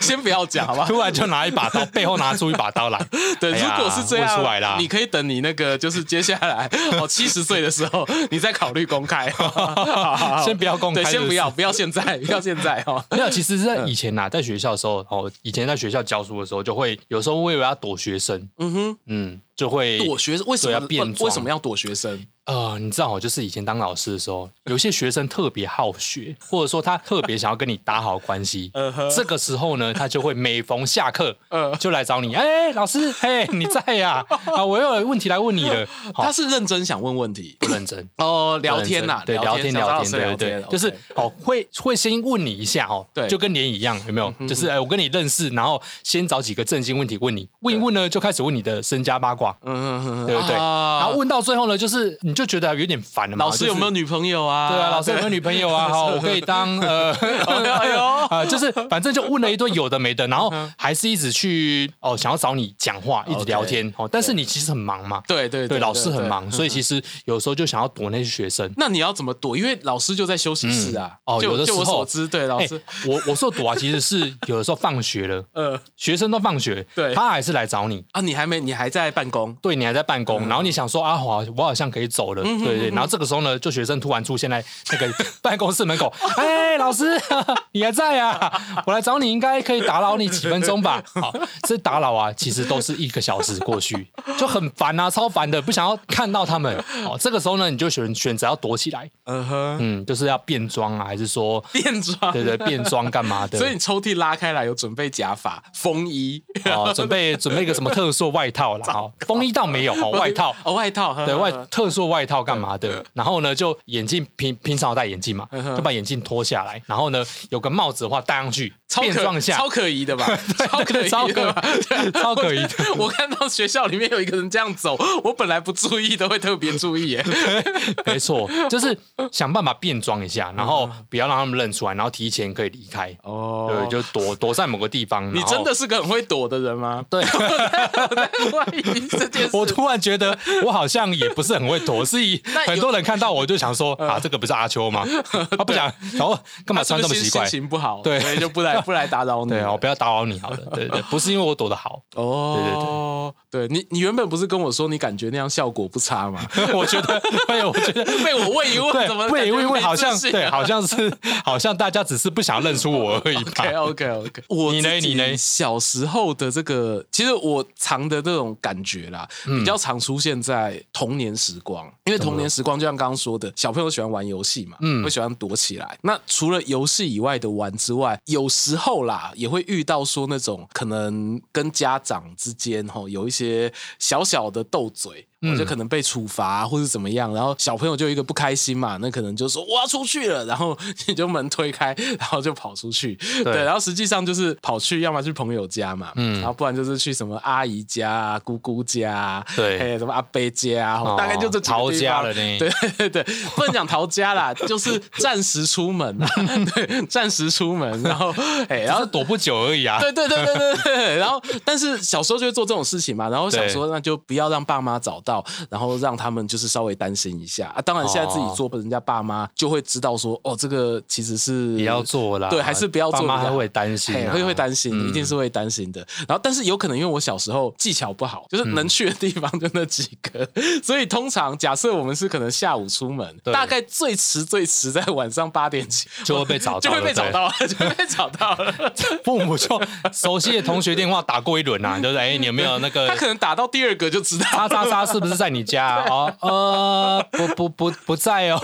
Speaker 1: 先不要讲好
Speaker 2: [laughs]
Speaker 1: 不好？
Speaker 2: 突然就拿一把刀，背后拿出一把刀来。
Speaker 1: 对，
Speaker 2: 哎
Speaker 1: 如
Speaker 2: 呀
Speaker 1: 果是这样，
Speaker 2: 问出来啦，
Speaker 1: 你可以等你那个就是接下来
Speaker 2: [laughs]
Speaker 1: 哦七十岁的时候，你再考虑公开。好好好
Speaker 2: 先不要公开
Speaker 1: 对，先
Speaker 2: 就是
Speaker 1: 不要，不要现在， [laughs] 不要现在哦。
Speaker 2: 没有，其实是在以前呐、在学校的时候，哦，以前在学校教书的时候，就会有时候为了要躲学生，
Speaker 1: 嗯哼，
Speaker 2: 嗯，就会
Speaker 1: 躲学为什
Speaker 2: 对
Speaker 1: 么
Speaker 2: 要变
Speaker 1: 为
Speaker 2: 装
Speaker 1: 为什么要躲学生？
Speaker 2: 呃，你知道，就是以前当老师的时候，有些学生特别好学，或者说他特别想要跟你打好关系。
Speaker 1: 嗯哼
Speaker 2: 这个时候呢，他就会每逢下课，
Speaker 1: 嗯
Speaker 2: 就来找你。哎、老师，嘿，你在呀、啊？我又有问题来问你了。好
Speaker 1: 他，是认真想问问题
Speaker 2: 不认真。
Speaker 1: 哦，聊天呐，
Speaker 2: 对，聊天
Speaker 1: 找
Speaker 2: 聊
Speaker 1: 老
Speaker 2: 天，
Speaker 1: 师
Speaker 2: 对
Speaker 1: 聊
Speaker 2: 对
Speaker 1: 天，
Speaker 2: 对，就是哦，会会先问你一下哦，
Speaker 1: 对嗯
Speaker 2: 就跟连一样，有没有？就是哎，我跟你认识，然后先找几个正经问题问你，问一问呢，就开始问你的身家八卦，
Speaker 1: 嗯嗯嗯，
Speaker 2: 对不对？
Speaker 1: 啊
Speaker 2: 然后问到最后呢，就是你就觉得有点烦了嘛。
Speaker 1: 老师有没有
Speaker 2: 就是
Speaker 1: 女朋友啊？
Speaker 2: 对啊，老师有没有女朋
Speaker 1: [laughs]
Speaker 2: 友啊？好，我可以当呃，
Speaker 1: 哎呦
Speaker 2: [laughs]
Speaker 1: 嗯
Speaker 2: 啊，就是反正就问了一堆有的没的，然后还是一直去哦，想要找你讲话，一直聊天哦。但是你其实很忙嘛，
Speaker 1: 对对
Speaker 2: 对，老师很。
Speaker 1: 对嗯
Speaker 2: 忙，所以其实有时候就想要躲那些学生。
Speaker 1: 那你要怎么躲？因为老师就在休息室啊。
Speaker 2: 哦，
Speaker 1: 就
Speaker 2: 有的时
Speaker 1: 就我所
Speaker 2: 候
Speaker 1: 知，对老
Speaker 2: 哎
Speaker 1: 师，
Speaker 2: 我我说躲啊，其实是有的时候放学了，
Speaker 1: 呃
Speaker 2: 学生都放学，
Speaker 1: 对
Speaker 2: 他还是来找你。
Speaker 1: 啊，你还没，你还在办公。
Speaker 2: 对你还在办公，然后你想说啊，我好我好像可以走了，
Speaker 1: 嗯嗯哼
Speaker 2: 对对。
Speaker 1: 嗯哼
Speaker 2: 然后这个时候呢，就学生突然出现在那个办公室门
Speaker 1: [laughs]
Speaker 2: 口，哎，老师， [laughs] 你还在啊？我来找你，应该可以打扰你几分钟
Speaker 1: [laughs]
Speaker 2: 吧？好，这打扰啊，其实都是一个小时过去，就很烦啊，超烦的，不想要看到他们。哦，这个时候呢，你就选选择要躲起来，
Speaker 1: 嗯哼，
Speaker 2: 嗯，就是要变装啊，还是说，
Speaker 1: 变装。
Speaker 2: 对对，变装干嘛
Speaker 1: [laughs]
Speaker 2: 的？
Speaker 1: 所以你抽屉拉开来，有准备假发、风衣、
Speaker 2: 哦，准备准备一个什么特殊外
Speaker 1: [laughs]
Speaker 2: 套啦，哦，风衣倒没有，哦， [laughs] 外套。
Speaker 1: 哦，外套，呵
Speaker 2: 对
Speaker 1: 呵
Speaker 2: 外
Speaker 1: 呵
Speaker 2: 特殊外套干嘛的？然后呢，就眼镜平平常有戴眼
Speaker 1: 嗯
Speaker 2: 镜嘛，就把眼镜脱下来，然后呢，有个帽子的话戴上去，
Speaker 1: 超
Speaker 2: 变
Speaker 1: 可
Speaker 2: 装一下
Speaker 1: 超，可疑的吧？超可
Speaker 2: [laughs] 对超
Speaker 1: 疑的吧 [laughs]
Speaker 2: 可超可疑的。
Speaker 1: 我看到学校里面有一个人这样走，我本来不注意都会特别注意耶。
Speaker 2: 没错，就是想办法变装一下，然后不要让他们认出来，然后提前可以离开，
Speaker 1: 嗯哦
Speaker 2: 对，，就躲躲在某个地方。
Speaker 1: 你
Speaker 2: 然后
Speaker 1: 真的是个很会躲的人吗？
Speaker 2: 对。
Speaker 1: [laughs] 我在怀疑这件
Speaker 2: 我
Speaker 1: 事。
Speaker 2: 突然觉得我好像也不是很会躲，是以
Speaker 1: [laughs] 那有嗯
Speaker 2: 很多人看到我就想说啊，这个不是
Speaker 1: [laughs]
Speaker 2: 阿秋吗？他不想，然后干
Speaker 1: 他
Speaker 2: 嘛
Speaker 1: 是
Speaker 2: 穿
Speaker 1: 不是
Speaker 2: 这么
Speaker 1: 心
Speaker 2: 奇怪？
Speaker 1: 心情不好，
Speaker 2: 对
Speaker 1: 所以就不来不来打扰你。
Speaker 2: 对哦，不要打扰你好了。对对对，不是因为我躲
Speaker 1: [laughs]
Speaker 2: 得好，
Speaker 1: 哦，对你，你原本不是跟我说你感觉那样效果不差吗？ [laughs]
Speaker 2: 我觉得， [laughs] 哎呦，我觉得。
Speaker 1: 被我问一问，
Speaker 2: 对
Speaker 1: 怎么，
Speaker 2: 不也因
Speaker 1: 啊 [laughs]
Speaker 2: 为好像对，
Speaker 1: 对
Speaker 2: 好像是
Speaker 1: [laughs]
Speaker 2: 好像大家只是不想认出我而已吧。
Speaker 1: ？OK OK OK，我
Speaker 2: 你呢
Speaker 1: 自己
Speaker 2: 你呢
Speaker 1: 小时候的这个，其实我常的这种感觉啦，
Speaker 2: 嗯
Speaker 1: 比较常出现在童年时光，因为童年时光就像刚刚说的，小朋友喜欢玩游戏嘛，
Speaker 2: 嗯
Speaker 1: 会喜欢躲起来。那除了游戏以外的玩之外，有时候啦也会遇到说那种可能跟家长之间吼有一些小小的斗嘴。
Speaker 2: 嗯
Speaker 1: 我就可能被处罚、或是怎么样，然后小朋友就一个不开心嘛，那可能就说我要出去了，然后你就门推开，然后就跑出去，对，然后实际上就是跑去，要么去朋友家嘛，
Speaker 2: 嗯
Speaker 1: 然后不然就是去什么阿姨家、啊、姑姑家、啊，
Speaker 2: 对
Speaker 1: 嘿，什么阿伯家、啊，
Speaker 2: 哦
Speaker 1: 大概就这几个
Speaker 2: 逃
Speaker 1: 地
Speaker 2: 家
Speaker 1: 方
Speaker 2: 了
Speaker 1: [laughs]
Speaker 2: 呢 [laughs]
Speaker 1: 对对对，不能讲逃家啦，就是暂时出门
Speaker 2: [laughs]
Speaker 1: 啊，对，暂时出门，然后哎，然
Speaker 2: 然
Speaker 1: 后
Speaker 2: 后躲不久而
Speaker 1: [laughs]
Speaker 2: 已啊。
Speaker 1: 对对对对对对。然后，但是小时候就会做这种事情嘛，然后想说那就不要让爸妈找到，然后让他们就是稍微担心一下啊。当然，现在自己做，人家爸妈就会知道说，哦，这个其实是
Speaker 2: 不要做啦
Speaker 1: 对，还是不要做比较
Speaker 2: 爸
Speaker 1: 好，
Speaker 2: 妈还会担
Speaker 1: [laughs]
Speaker 2: 心啊
Speaker 1: 嘿会会担心，一定是会担心的。然后，嗯但是有可能因为我小时候技巧不好，就是能去的地方就那几个，所以通常假设我们是可能下午出门，
Speaker 2: 对
Speaker 1: 大概最迟最迟在晚上八点起
Speaker 2: 就会被找
Speaker 1: [laughs]
Speaker 2: 到
Speaker 1: 就会被
Speaker 2: 对
Speaker 1: 找
Speaker 2: 不对
Speaker 1: 到了，就会被找到了。
Speaker 2: 父母就熟悉的同学电话打过一轮啊， [laughs] 就是
Speaker 1: 嗯
Speaker 2: 哎，你有没有那
Speaker 1: [laughs]
Speaker 2: 个
Speaker 1: 他可能打到第二个就知道。
Speaker 2: 叉叉叉是不是在你家啊？哦，呃，不不不不在哦，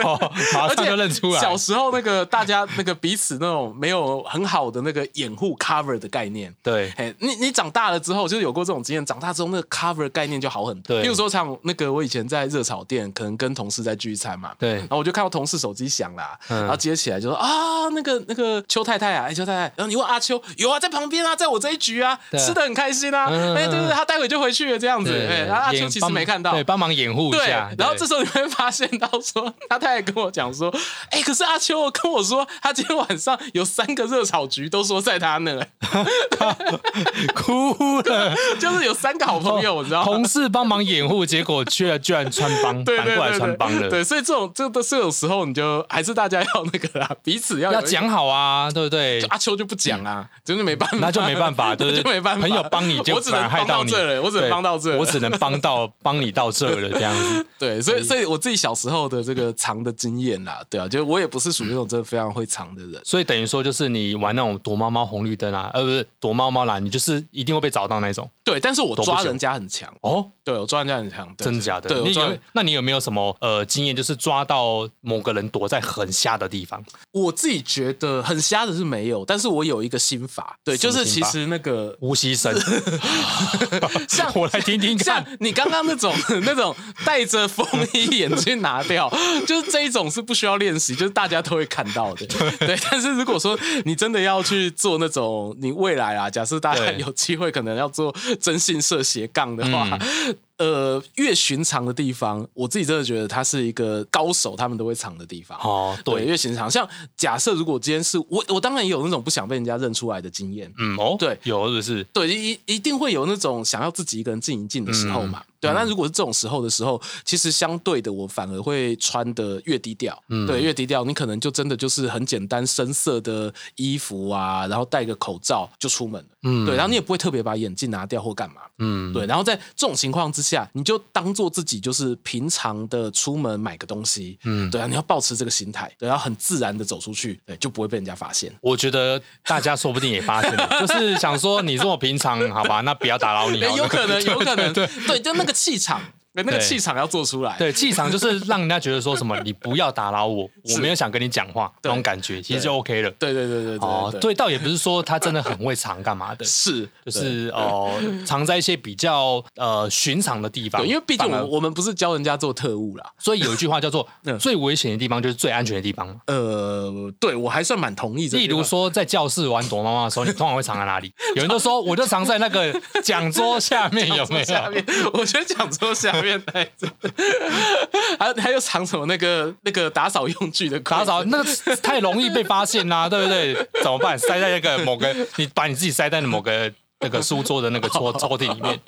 Speaker 2: 马
Speaker 1: [laughs] 而
Speaker 2: 上
Speaker 1: 且
Speaker 2: 就认出来。
Speaker 1: 小时候那个大家那个彼此那种没有很好的那个掩护 cover 的概念，
Speaker 2: 对，
Speaker 1: 嘿，你你长大了之后，就是有过这种经验，长大之后那个 cover 概念就好很多。
Speaker 2: 对
Speaker 1: 比如说像那个我以前在热炒店，可能跟同事在聚餐嘛，
Speaker 2: 对
Speaker 1: 然后我就看到同事手机响啦，
Speaker 2: 嗯
Speaker 1: 然后接起来就说啊，那个那个邱太太啊，哎邱太太，然后你问阿秋，有啊，在旁边啊，在我这一局啊，
Speaker 2: 对
Speaker 1: 吃的很开心啊，
Speaker 2: 嗯
Speaker 1: 哎，对对，对他待会就回去了这样子，哎，然后阿秋
Speaker 2: 眼
Speaker 1: 其实
Speaker 2: 帮忙
Speaker 1: 没看到，
Speaker 2: 对，帮忙掩护一
Speaker 1: 对
Speaker 2: 下。，
Speaker 1: 然后
Speaker 2: 对
Speaker 1: 这时候你会发现到说，他太太跟我讲说，哎、可是阿秋跟我说，他今天晚上有三个热炒局都说在他那、
Speaker 2: 哭了。
Speaker 1: [laughs] 就是有三个好朋友，我知道。
Speaker 2: 同事帮忙掩护，结果居然居然穿帮，
Speaker 1: [laughs] 对
Speaker 2: 反
Speaker 1: 对
Speaker 2: 过来
Speaker 1: 对
Speaker 2: 穿帮
Speaker 1: 对，
Speaker 2: 了。
Speaker 1: 对，所以这种这这这种时候，你就还是大家要那个啦，彼此要有
Speaker 2: 要
Speaker 1: 一个。
Speaker 2: 讲好啊，对不对
Speaker 1: 就？阿秋就不讲啊，真的没办法，
Speaker 2: 那就没办法，对不
Speaker 1: 那
Speaker 2: 对？
Speaker 1: 就没办法。
Speaker 2: 朋友帮你，就
Speaker 1: 我只
Speaker 2: 反而
Speaker 1: 能
Speaker 2: 害
Speaker 1: 帮到
Speaker 2: 你。
Speaker 1: 这了，我只能
Speaker 2: 对
Speaker 1: 帮到这了，
Speaker 2: 我只能
Speaker 1: [laughs]
Speaker 2: 帮到帮你到这了，这样子。
Speaker 1: [laughs] 对，所
Speaker 2: 嗯
Speaker 1: 以所以我自己小时候的这个藏的经验啦，对啊，就是我也不是属于那种真的非常会藏的人。
Speaker 2: 所以等于说，就是你玩那种躲猫猫红绿灯啊，呃，不是躲猫猫啦，你就是一定会被找到那种。
Speaker 1: 对，但是我
Speaker 2: 不
Speaker 1: 抓
Speaker 2: 久
Speaker 1: 人家很强，
Speaker 2: 哦，
Speaker 1: 对我抓人家很强，对
Speaker 2: 真的假的？
Speaker 1: 对，我
Speaker 2: 你
Speaker 1: 抓
Speaker 2: 有那你有没有什么呃经验，就是抓到某个人躲在很瞎的地方？
Speaker 1: 我自己觉得很瞎的是没有，但是我有一个心法，对，
Speaker 2: 什
Speaker 1: 就
Speaker 2: 么
Speaker 1: 是其
Speaker 2: 心法
Speaker 1: 实那个
Speaker 2: 呼吸 [laughs] 声，
Speaker 1: [laughs] 像
Speaker 2: 我来听听
Speaker 1: 像
Speaker 2: 看。
Speaker 1: 你刚刚那种那
Speaker 2: [laughs]
Speaker 1: 种戴着风衣眼镜拿掉， [laughs] 就是这一种是不需要练习，就是大家都会看到
Speaker 2: [laughs]
Speaker 1: 的。对，但是如果说你真的要去做那种你未来啊，假设大家
Speaker 2: 对嗯
Speaker 1: 有机会可能要做征信社斜杠的话。呃越寻常的地方，我自己真的觉得它是一个高手他们都会藏的地方。
Speaker 2: 哦，
Speaker 1: 对，
Speaker 2: 对，
Speaker 1: 越寻常。像假设如果今天是我，我当然也有那种不想被人家认出来的经验。
Speaker 2: 嗯，哦，
Speaker 1: 对
Speaker 2: 有是不是？
Speaker 1: 对，一一定会有那种想要自己一个人静一静的时候
Speaker 2: 嗯
Speaker 1: 嘛，对啊。那如果是这种时候的时候，其实相对的，我反而会穿的越低调，
Speaker 2: 嗯
Speaker 1: 对，越低调，你可能就真的就是很简单深色的衣服啊，然后戴个口罩就出门了，
Speaker 2: 嗯
Speaker 1: 对，然后你也不会特别把眼镜拿掉或干嘛，
Speaker 2: 嗯，
Speaker 1: 对，然后在这种情况之下，你就当做自己就是平常的出门买个东西，嗯，对啊，你要保持这个心态，对，然后很自然的走出去，对，就不会被人家发现。
Speaker 2: 我觉得大家说不定也发现了，就是想说你这么平常，好吧，那不要打扰你
Speaker 1: 哎、
Speaker 2: 好了。
Speaker 1: 有可能，有可能，
Speaker 2: [laughs] 对
Speaker 1: 对
Speaker 2: 对
Speaker 1: 就那个气场，对那个
Speaker 2: [laughs] 对
Speaker 1: 气场要做出来。
Speaker 2: 对，气场就是让人家觉得说什么你不要打扰我，我没有想跟你讲话那种感觉，其实就 OK 了。
Speaker 1: 对，对，对，对，对，
Speaker 2: 哦，
Speaker 1: 对，
Speaker 2: 对，倒也不是说他真的很会藏干嘛的，
Speaker 1: 是，对。
Speaker 2: 就是哦，藏在一些比较呃寻常的地方。
Speaker 1: 对，因为毕竟我
Speaker 2: 反而
Speaker 1: 们我们不是教人家做特务啦，
Speaker 2: 所以有一句话叫做“
Speaker 1: 嗯
Speaker 2: 最危险的地方就是最安全的地方
Speaker 1: 呃，对我还算蛮同意”。这
Speaker 2: 例
Speaker 1: 句话。
Speaker 2: 如说，在教室玩躲猫猫的
Speaker 1: [laughs]
Speaker 2: 时候，你通常会藏在哪里？有人就说，我就藏在那个讲桌下面，有没
Speaker 1: 讲桌下
Speaker 2: 有？
Speaker 1: 面， [laughs] 我觉得讲桌下面那一种， [laughs] 还有还有藏什么那个那个打扫用具的柜
Speaker 2: 打
Speaker 1: 子
Speaker 2: 扫那个太容易被发现
Speaker 1: [laughs]
Speaker 2: 啦、对不对？怎么办？塞在那个某个，你把你自己塞在某个那个书桌
Speaker 1: [laughs]
Speaker 2: 的那个抽抽屉里面，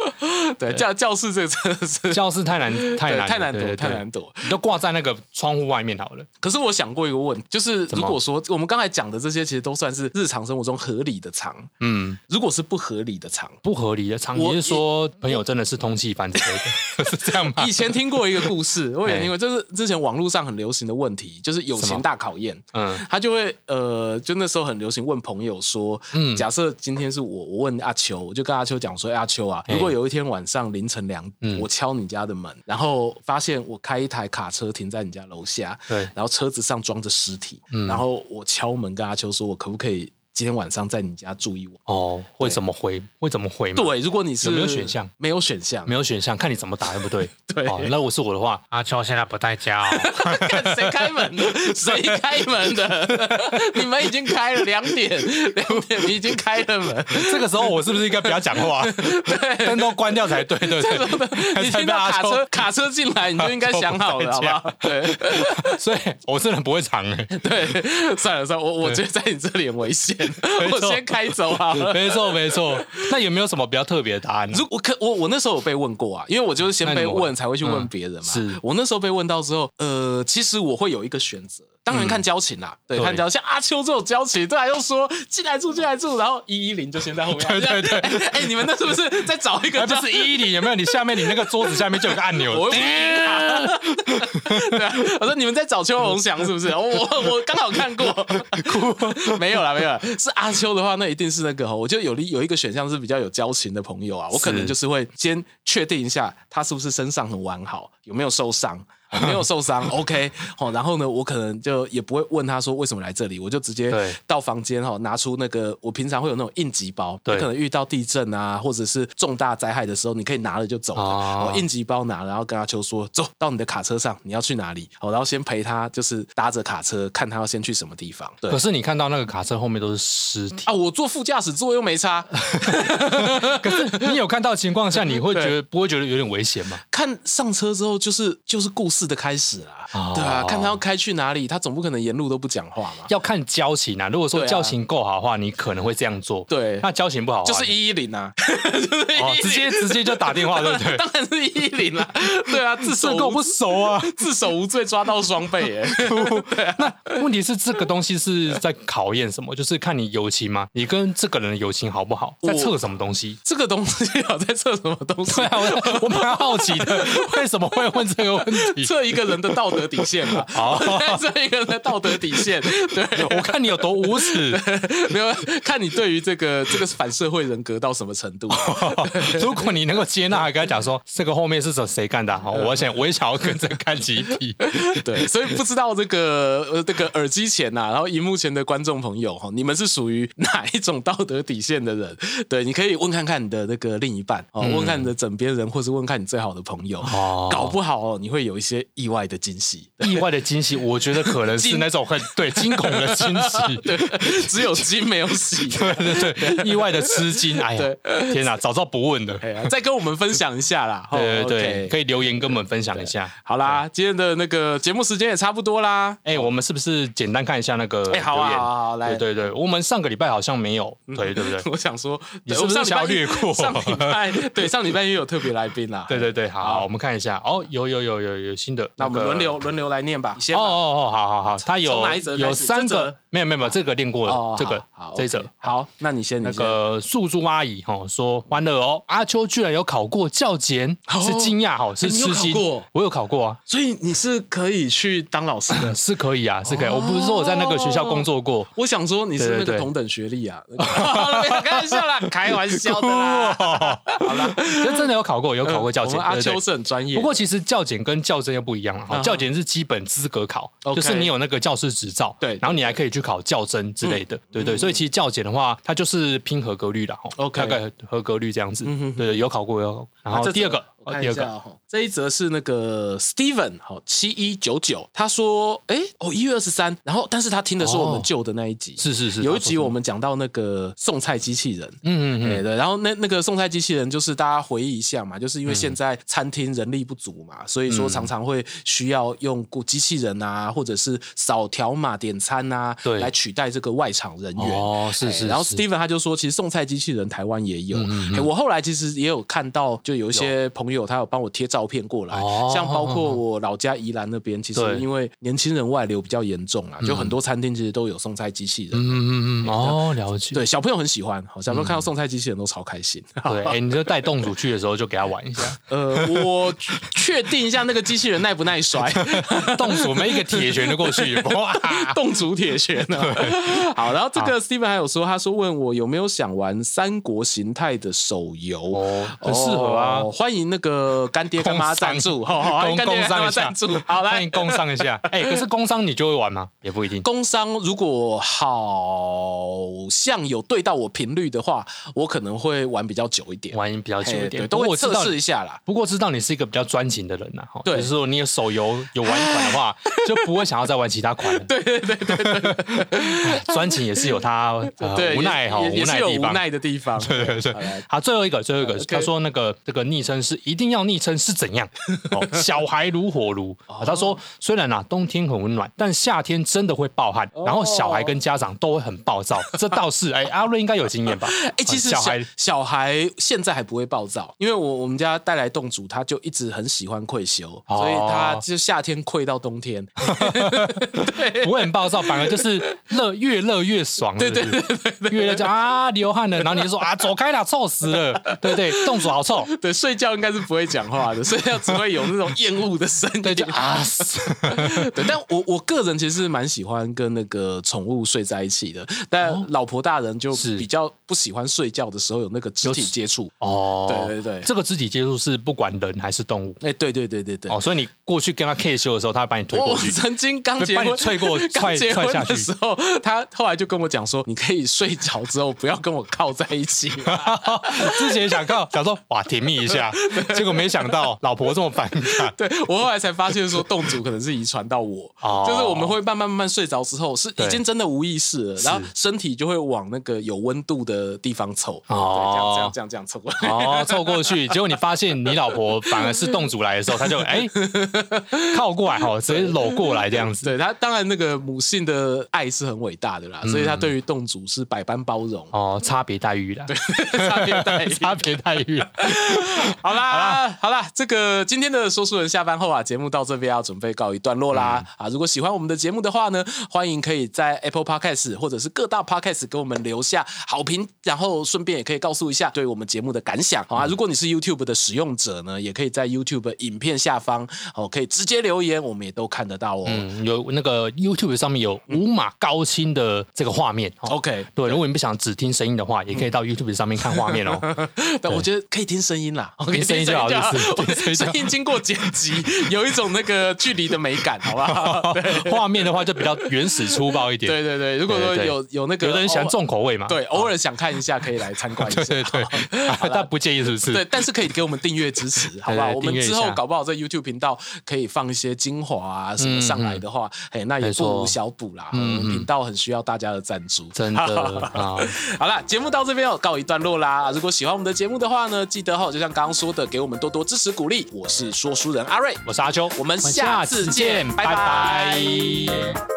Speaker 1: 对，教教室这个真的是
Speaker 2: 教室太难太
Speaker 1: 对
Speaker 2: 难
Speaker 1: 太难
Speaker 2: 对
Speaker 1: 躲，
Speaker 2: 对
Speaker 1: 太
Speaker 2: 对
Speaker 1: 难躲。
Speaker 2: 你都挂在那个窗户外面好了。
Speaker 1: 可是我想过一个问题，就是
Speaker 2: 么
Speaker 1: 如果说我们刚才讲的这些，其实都算是日常生活中合理的藏，
Speaker 2: 嗯，
Speaker 1: 如果是不合理的藏。
Speaker 2: 不合理的场，
Speaker 1: 我
Speaker 2: 你是说朋友真的是通气犯之类
Speaker 1: [laughs]
Speaker 2: 的，是这样吗
Speaker 1: 以？前听过一个故事，
Speaker 2: [laughs]
Speaker 1: 我也听过，就是之前网络上很流行的问题，就是友
Speaker 2: 什
Speaker 1: 情
Speaker 2: 么
Speaker 1: 大考验。
Speaker 2: 嗯
Speaker 1: 他就会呃，就那时候很流行问朋友说，
Speaker 2: 嗯
Speaker 1: 假设今天是我，我问阿秋，我就跟阿秋讲说，哎阿秋啊，
Speaker 2: 嘿
Speaker 1: 如果有一天晚上凌晨两，
Speaker 2: 嗯
Speaker 1: 我敲你家的门，然后发现我开一台卡车停在你家楼下，
Speaker 2: 对
Speaker 1: 然后车子上装着尸体，
Speaker 2: 嗯
Speaker 1: 然后我敲门跟阿秋说，我可不可以今天晚上在你家住一晚？
Speaker 2: [laughs] 哦，会怎么回？会怎么回吗？
Speaker 1: 对，如果你是
Speaker 2: 有没有选项，
Speaker 1: 没有选项，
Speaker 2: 没有选项，看你怎么打，对不对？
Speaker 1: [laughs] 对
Speaker 2: 哦，那我是我的话，阿秋现在不在家哦。
Speaker 1: [laughs] 看谁开门的？谁开门
Speaker 2: [laughs]
Speaker 1: 的？你们已经开了两点，两点已经开了门。
Speaker 2: [laughs] 这个时候我是不是应该不要讲话？灯都关掉才
Speaker 1: [laughs]
Speaker 2: 对，对不对？
Speaker 1: 你听到卡 [laughs] 车卡车进来，你就应该想好
Speaker 2: [laughs]
Speaker 1: 了，好不好？对
Speaker 2: 还才被阿秋，所以我真的不会藏
Speaker 1: 欸
Speaker 2: 哎。
Speaker 1: 对，算了算了，我我觉得在你这里很危险，
Speaker 2: 错
Speaker 1: 我先开走好了。
Speaker 2: [laughs] 没错没错，那有没有什么比较特别的答案呢？啊
Speaker 1: 如果可我我那时候有被问过啊，因为我就是先
Speaker 2: 那你
Speaker 1: 被
Speaker 2: 有
Speaker 1: 问才会去问别人嘛。
Speaker 2: 嗯是
Speaker 1: 我那时候被问到之后，呃，其实我会有一个选择，当然看交情啦，对，
Speaker 2: 嗯对
Speaker 1: 看交情。像阿秋这种交情，对啊，又说进来住进来住，然后一一零就先在后面，
Speaker 2: 对
Speaker 1: [laughs]
Speaker 2: 对对
Speaker 1: 哎、哎你们那是不是在找一
Speaker 2: 哎，
Speaker 1: 个
Speaker 2: 不
Speaker 1: 叫？
Speaker 2: 是一一零有没有？你下面你那个桌子下面就有个按钮，
Speaker 1: 我又不是他 [laughs] 对啊，我说你们在找邱龙翔是不是？我我我刚好看过， [laughs] 哭没有啦，没有啦，是阿秋的话，那一定是那个哦。我就有一有一个选项是比较有交情的朋友啊，我可
Speaker 2: 是
Speaker 1: 能就是会先确定一下他是不是身上很完好，有没有受伤。哦没有受伤 [laughs] ，OK，好，然后呢，我可能就也不会问他说为什么来这里，我就直接
Speaker 2: 对
Speaker 1: 到房间哈，拿出那个我平常会有那种应急包，
Speaker 2: 对
Speaker 1: 你可能遇到地震啊，或者是重大灾害的时候，你可以拿了就走。
Speaker 2: 哦
Speaker 1: 哦，应急包拿，然后跟阿秋说：“走到你的卡车上，你要去哪里？”哦，然后先陪他，就是搭着卡车，看他要先去什么地方。对
Speaker 2: [laughs] 可是你看到那个卡车后面都是尸体，
Speaker 1: 啊，我坐副驾驶座又没差，
Speaker 2: 可是你有看到的情况下，你会觉得不会觉得有点危险吗？
Speaker 1: 看上车之后就是就是故事的开始啦。
Speaker 2: 哦
Speaker 1: 对啊，看他要开去哪里，他总不可能沿路都不讲话嘛。
Speaker 2: 要看交情啊，如果说
Speaker 1: 对啊
Speaker 2: 交情够好的话，你可能会这样做。
Speaker 1: 对
Speaker 2: 那交情不好的
Speaker 1: 就
Speaker 2: 话，
Speaker 1: 是一一零啊， [laughs] 就是110
Speaker 2: 哦，直接直接就打电话，对不
Speaker 1: [laughs]
Speaker 2: 对？
Speaker 1: 当然是一一零
Speaker 2: [laughs]
Speaker 1: 啦。对啊，自
Speaker 2: 这
Speaker 1: 首
Speaker 2: 个我
Speaker 1: 无
Speaker 2: 不熟啊。
Speaker 1: 自首无罪抓到双倍耶。
Speaker 2: [laughs] 那问题是这个东西是在考验什么？ [laughs] 就是看你友情吗？你跟这个人的友情好不好？
Speaker 1: 我
Speaker 2: 在测什么东西？
Speaker 1: 这个东西啊，在测什么东西
Speaker 2: [laughs] 对？啊，我我蛮好奇的， [laughs] 为什么会问这个问
Speaker 1: [laughs]
Speaker 2: 题？
Speaker 1: 测一个人的道德底线嘛。
Speaker 2: 好，
Speaker 1: [laughs] 这一个人的道德底线，对，
Speaker 2: 我看你哦 [laughs] 有多无耻。
Speaker 1: [laughs] 没有看你对于这个这个反社会人格到什么程度。
Speaker 2: [laughs] 哦如果你能够接纳，还跟他讲说这个后面是谁谁干的啊，好，我想我也想要跟着干集体。
Speaker 1: [laughs] 对，所以不知道这个呃这个耳机前呐、然后荧幕前的观众朋友哈，哦你们是属于哪一种道德底线的人？对，你可以问看看你的那个另一半哦，问看你的枕边人，或是问看你最好的朋友。
Speaker 2: 嗯哦
Speaker 1: 搞不好哦，你会有一些意外的惊喜， [laughs]
Speaker 2: 意外的惊喜，我觉得可能是那种很对惊恐的惊
Speaker 1: [laughs]
Speaker 2: 喜，对
Speaker 1: 只有惊没有喜。
Speaker 2: 对对，意外的吃惊，哎呀，天哪，早知道不问
Speaker 1: [laughs]
Speaker 2: 了。
Speaker 1: 哎呀，再跟我们分享一下啦。吼
Speaker 2: 对
Speaker 1: 哦
Speaker 2: 对对，
Speaker 1: OK
Speaker 2: 可以留言跟我们分享一下。
Speaker 1: 好啦，今天的那个节目时间也差不多啦。
Speaker 2: 哎、我们是不是简单看一下那个留言？
Speaker 1: 哎好啊好啊好啊来嗯
Speaker 2: 对对对，我们上个礼拜好像没有，对对不对？
Speaker 1: [laughs] 我想说，
Speaker 2: 你
Speaker 1: 对
Speaker 2: 是不
Speaker 1: 我们
Speaker 2: 是
Speaker 1: 上
Speaker 2: 想要
Speaker 1: 礼拜
Speaker 2: 略
Speaker 1: [laughs]
Speaker 2: 过
Speaker 1: 上礼拜对上礼拜也有特别来宾啦。
Speaker 2: [laughs] 对对对，好，我们看一下。哦，有有有有有新的，
Speaker 1: 那我们
Speaker 2: 个
Speaker 1: 轮。流轮流来念吧。你先
Speaker 2: 哦
Speaker 1: 吧
Speaker 2: 哦哦，好好好，他有
Speaker 1: 从哪一则开始
Speaker 2: 有三
Speaker 1: 这
Speaker 2: 个
Speaker 1: 则，
Speaker 2: 没有没有没有，这个练过
Speaker 1: 哦
Speaker 2: 了，，这个
Speaker 1: 好，好
Speaker 2: 这一
Speaker 1: OK
Speaker 2: 则。
Speaker 1: 好，那你先，你
Speaker 2: 那
Speaker 1: 先
Speaker 2: 个素珠阿姨哈说欢乐哦，阿秋居然有考过教检，
Speaker 1: 哦
Speaker 2: 是惊讶哈，是
Speaker 1: 你有
Speaker 2: 吃
Speaker 1: 考
Speaker 2: 惊
Speaker 1: 过。
Speaker 2: 我有考
Speaker 1: [laughs]
Speaker 2: 过啊，
Speaker 1: [laughs] 所以你是可以去当老师的。
Speaker 2: 是可以啊，是
Speaker 1: 哦
Speaker 2: 可以。我不是说我在那个学校工
Speaker 1: [laughs]
Speaker 2: 作过，
Speaker 1: 我想说你是那
Speaker 2: 对对
Speaker 1: 个
Speaker 2: 对
Speaker 1: 同等学历
Speaker 2: [laughs]
Speaker 1: 啊，没有开玩笑啦，开玩笑的啦。
Speaker 2: 哇，
Speaker 1: 好啦，嗯
Speaker 2: 这真的有考过，哦有考过教
Speaker 1: 我
Speaker 2: 检。
Speaker 1: 们阿
Speaker 2: 对对
Speaker 1: 秋是很专业的，
Speaker 2: 不过其实教检跟教甄又不一样了
Speaker 1: 嗯
Speaker 2: 哈，
Speaker 1: 哼
Speaker 2: 教检是基本资格考，
Speaker 1: OK
Speaker 2: 就是你有那个教师执照，
Speaker 1: 对嗯
Speaker 2: 然后你还可以去考教甄之类的，对对。所以其实教检的话，它就是拼合格率的哈
Speaker 1: OK
Speaker 2: 大概合格率这样子
Speaker 1: 嗯哼，
Speaker 2: 对对，有考过有考过。然
Speaker 1: 啊
Speaker 2: 后
Speaker 1: 这
Speaker 2: 第二个
Speaker 1: 我，看
Speaker 2: 第
Speaker 1: 一
Speaker 2: 二
Speaker 1: 下
Speaker 2: 个，
Speaker 1: 哦，这一则是那个 Steven 好七一九九，他说，哎，哦一月二十三，然后但是他听的是我们
Speaker 2: 哦
Speaker 1: 旧的那一集，
Speaker 2: 是是是，
Speaker 1: 有一
Speaker 2: 他说
Speaker 1: 集我们讲到那个送菜机器人。
Speaker 2: 嗯嗯
Speaker 1: 对
Speaker 2: 嗯，
Speaker 1: 对，然后那那个送菜机器人就是大家回忆一下嘛，就是因
Speaker 2: 嗯
Speaker 1: 为现在餐厅人力不足嘛，所以说常常会需要用机器人啊，或者是扫条码点餐啊，
Speaker 2: 对
Speaker 1: 来取代这个外场人员。
Speaker 2: 哦，是
Speaker 1: 哎
Speaker 2: 是，
Speaker 1: 然后
Speaker 2: 是嗯
Speaker 1: Steven 他就说，其实送菜机器人台湾也有。哎我后来其实也有看到，就有一些朋友他有帮我贴照片过来，
Speaker 2: 哦
Speaker 1: 像包
Speaker 2: [laughs]
Speaker 1: 括我老家宜兰那边，其实
Speaker 2: 对嗯
Speaker 1: 因为年轻人外流比较严重啦，就很多餐厅其实都有送菜机器人。
Speaker 2: 嗯嗯嗯，哦，了解。
Speaker 1: 对，小朋友很喜欢，好小
Speaker 2: 嗯
Speaker 1: 朋友看到送菜机器人都超开心。 [laughs]
Speaker 2: 对，哎，你就带动主去的时候就给他玩一下，
Speaker 1: 呃，我确定一下那个机器人耐不耐摔， [laughs]
Speaker 2: 动主们一个铁拳就过去，哇，
Speaker 1: 动足铁拳啊呢、好，然后这个 Steven 还有说，他说问我有没有想玩三国形态的手游。
Speaker 2: 哦，很适合啊
Speaker 1: 哦，欢迎那个干爹干妈
Speaker 2: 工商
Speaker 1: 赞
Speaker 2: [laughs]
Speaker 1: 助，好好，
Speaker 2: 工
Speaker 1: 干爹
Speaker 2: 工
Speaker 1: 干
Speaker 2: 商
Speaker 1: 妈
Speaker 2: 一下
Speaker 1: 赞助，好
Speaker 2: 欢
Speaker 1: 来
Speaker 2: 迎。工商一下。哎、可是工商你就会玩吗？也不一定。
Speaker 1: 工商如果好像有对到我频率的话，我可能会玩比较久一点，
Speaker 2: 玩比较久
Speaker 1: 嘿
Speaker 2: 一
Speaker 1: 哎对，
Speaker 2: 点，不
Speaker 1: 都
Speaker 2: 过
Speaker 1: 会
Speaker 2: 我知
Speaker 1: 测
Speaker 2: 道
Speaker 1: 试一下啦。
Speaker 2: 不过知道你是一个比较专情的人呐、哈，
Speaker 1: 对
Speaker 2: 就是说你有手游有玩一款的
Speaker 1: [laughs]
Speaker 2: 话，就不会想要再玩其他款了。对对对对，专情也是有他呃
Speaker 1: 对，
Speaker 2: 无奈
Speaker 1: 也
Speaker 2: 哈，
Speaker 1: 也也
Speaker 2: 无
Speaker 1: 是有
Speaker 2: 奈的地
Speaker 1: 无
Speaker 2: 方。
Speaker 1: 奈的地方。对对对，
Speaker 2: 好，最后一个，最后一个，
Speaker 1: OK
Speaker 2: 他说那个这个昵称是一定要昵称是怎
Speaker 1: [laughs]
Speaker 2: 样？哦，小孩如火炉。啊
Speaker 1: 哦
Speaker 2: 他说虽然啊冬天很温暖，但夏天真的会暴汗，然后小孩跟家长都会很暴躁，这倒是哎，阿瑞应该有经验吧？
Speaker 1: [laughs] 哎、其实小
Speaker 2: 啊小孩
Speaker 1: 小孩现在还不会暴躁，因为我我们家带来洞主，他就一直很喜欢愧羞，
Speaker 2: 哦
Speaker 1: 所以他就夏天愧到冬天。 [laughs]
Speaker 2: [laughs] 不会很暴躁，反而就是热越热越爽，对对对对，越热就啊流汗了，然后你就说啊走开啦，臭死了，对不对？动手好臭，
Speaker 1: 对，睡觉应该是不会讲话的，睡觉只会有那种厌恶的声音。
Speaker 2: 对就 [laughs] 啊死，
Speaker 1: 对， [laughs] 但我我个人其实蛮喜欢跟那个宠物睡在一起的，但
Speaker 2: 哦
Speaker 1: 老婆大人就是比较不喜欢睡觉的时候有那个肢体接触。
Speaker 2: 哦，
Speaker 1: 对对对
Speaker 2: 这个肢体接触是不管人还是动物。
Speaker 1: 哎、对对对对对。
Speaker 2: 哦，所以你过去跟他 K 修的时候，他会把你推
Speaker 1: 我
Speaker 2: 过
Speaker 1: 我
Speaker 2: 去。
Speaker 1: 曾经刚
Speaker 2: 会
Speaker 1: 结
Speaker 2: 把你
Speaker 1: 婚，
Speaker 2: 踹
Speaker 1: [laughs]
Speaker 2: 过
Speaker 1: 刚
Speaker 2: 踹
Speaker 1: 结
Speaker 2: 踹
Speaker 1: 婚
Speaker 2: 下
Speaker 1: 的
Speaker 2: 去
Speaker 1: 时候，他后来就跟我讲说，你可以睡着之后不要跟我靠在一起。
Speaker 2: [laughs] 哦之前想靠想说哇甜蜜一下， [laughs] 结果没想到老婆这么反感。
Speaker 1: 对我后来才发现说，洞主可能是遗传到我，
Speaker 2: 哦
Speaker 1: 就是我们会慢慢慢慢睡着之后，是已经真的无意识了，然后身体就会往那个有温度的地方凑，
Speaker 2: 哦
Speaker 1: 对这样这样这样这样凑。
Speaker 2: [laughs] 哦，凑过去，结果你发现你老婆反而是洞主来的时候，他就哎、靠过来哦哈，直接搂过来这样子。，
Speaker 1: 对他，当然那个母性的爱是很伟大的啦，所以他对于洞主是百般包容
Speaker 2: 哦，差别待遇啦，
Speaker 1: 差别待遇。
Speaker 2: [laughs] 差别待遇啦。
Speaker 1: 好啦，好啦，这个今天的说书人下班后啊，节目到这边要准备告一段落啦。
Speaker 2: 嗯
Speaker 1: 啊，如果喜欢我们的节目的话呢，欢迎可以在 Apple Podcast 或者是各大 Podcast 给我们留下好评，然后顺便也可以告诉一下对我们节目的感想。
Speaker 2: 嗯
Speaker 1: 好啊，如果你是 YouTube 的使用者呢，也可以在 YouTube 影片下方哦，可以直接留言，我们也都看得到哦。
Speaker 2: 嗯，有那个 YouTube 上面有无码高清的这个画面。哦
Speaker 1: OK，嗯
Speaker 2: 对，如果你不想只听声音的话，也可以到 YouTube 上面看画面哦。 [laughs]
Speaker 1: 但我觉得可以听声音啦，
Speaker 2: 听声音音就好意思
Speaker 1: [laughs] 我
Speaker 2: 对声音就好
Speaker 1: 声音经过剪辑，有一种那个距离的美感，好不好？ [laughs] 对
Speaker 2: 画面的话就比较原始粗暴一点。
Speaker 1: 对对对，如果说
Speaker 2: 对对对
Speaker 1: 有有那个，哦
Speaker 2: 有的人喜欢重口味嘛。
Speaker 1: 对，偶尔想看一下可以来参观一下。
Speaker 2: [laughs] 对对对， [laughs] 但不介意是不是？
Speaker 1: 对，但是可以给我们订阅支持，好不好？
Speaker 2: 对对
Speaker 1: 我们
Speaker 2: 订阅一
Speaker 1: 之
Speaker 2: 下
Speaker 1: 后搞不好在 YouTube 频道可以放一些精华啊什么上来的话，哎、那也
Speaker 2: 嗯
Speaker 1: 不
Speaker 2: 没错嗯
Speaker 1: 无小补啦。我们频道很需要大家的赞助。
Speaker 2: 真的
Speaker 1: [laughs]
Speaker 2: 啊，
Speaker 1: 好啦，节目到这边要告一段落啦。如果喜欢我们的节目的话呢，记得哈，就像刚刚说的，给我们多多支持鼓励。我是说书人阿瑞，
Speaker 2: 我是阿秋，
Speaker 1: 我们
Speaker 2: 我们
Speaker 1: 下次见，拜拜
Speaker 2: 拜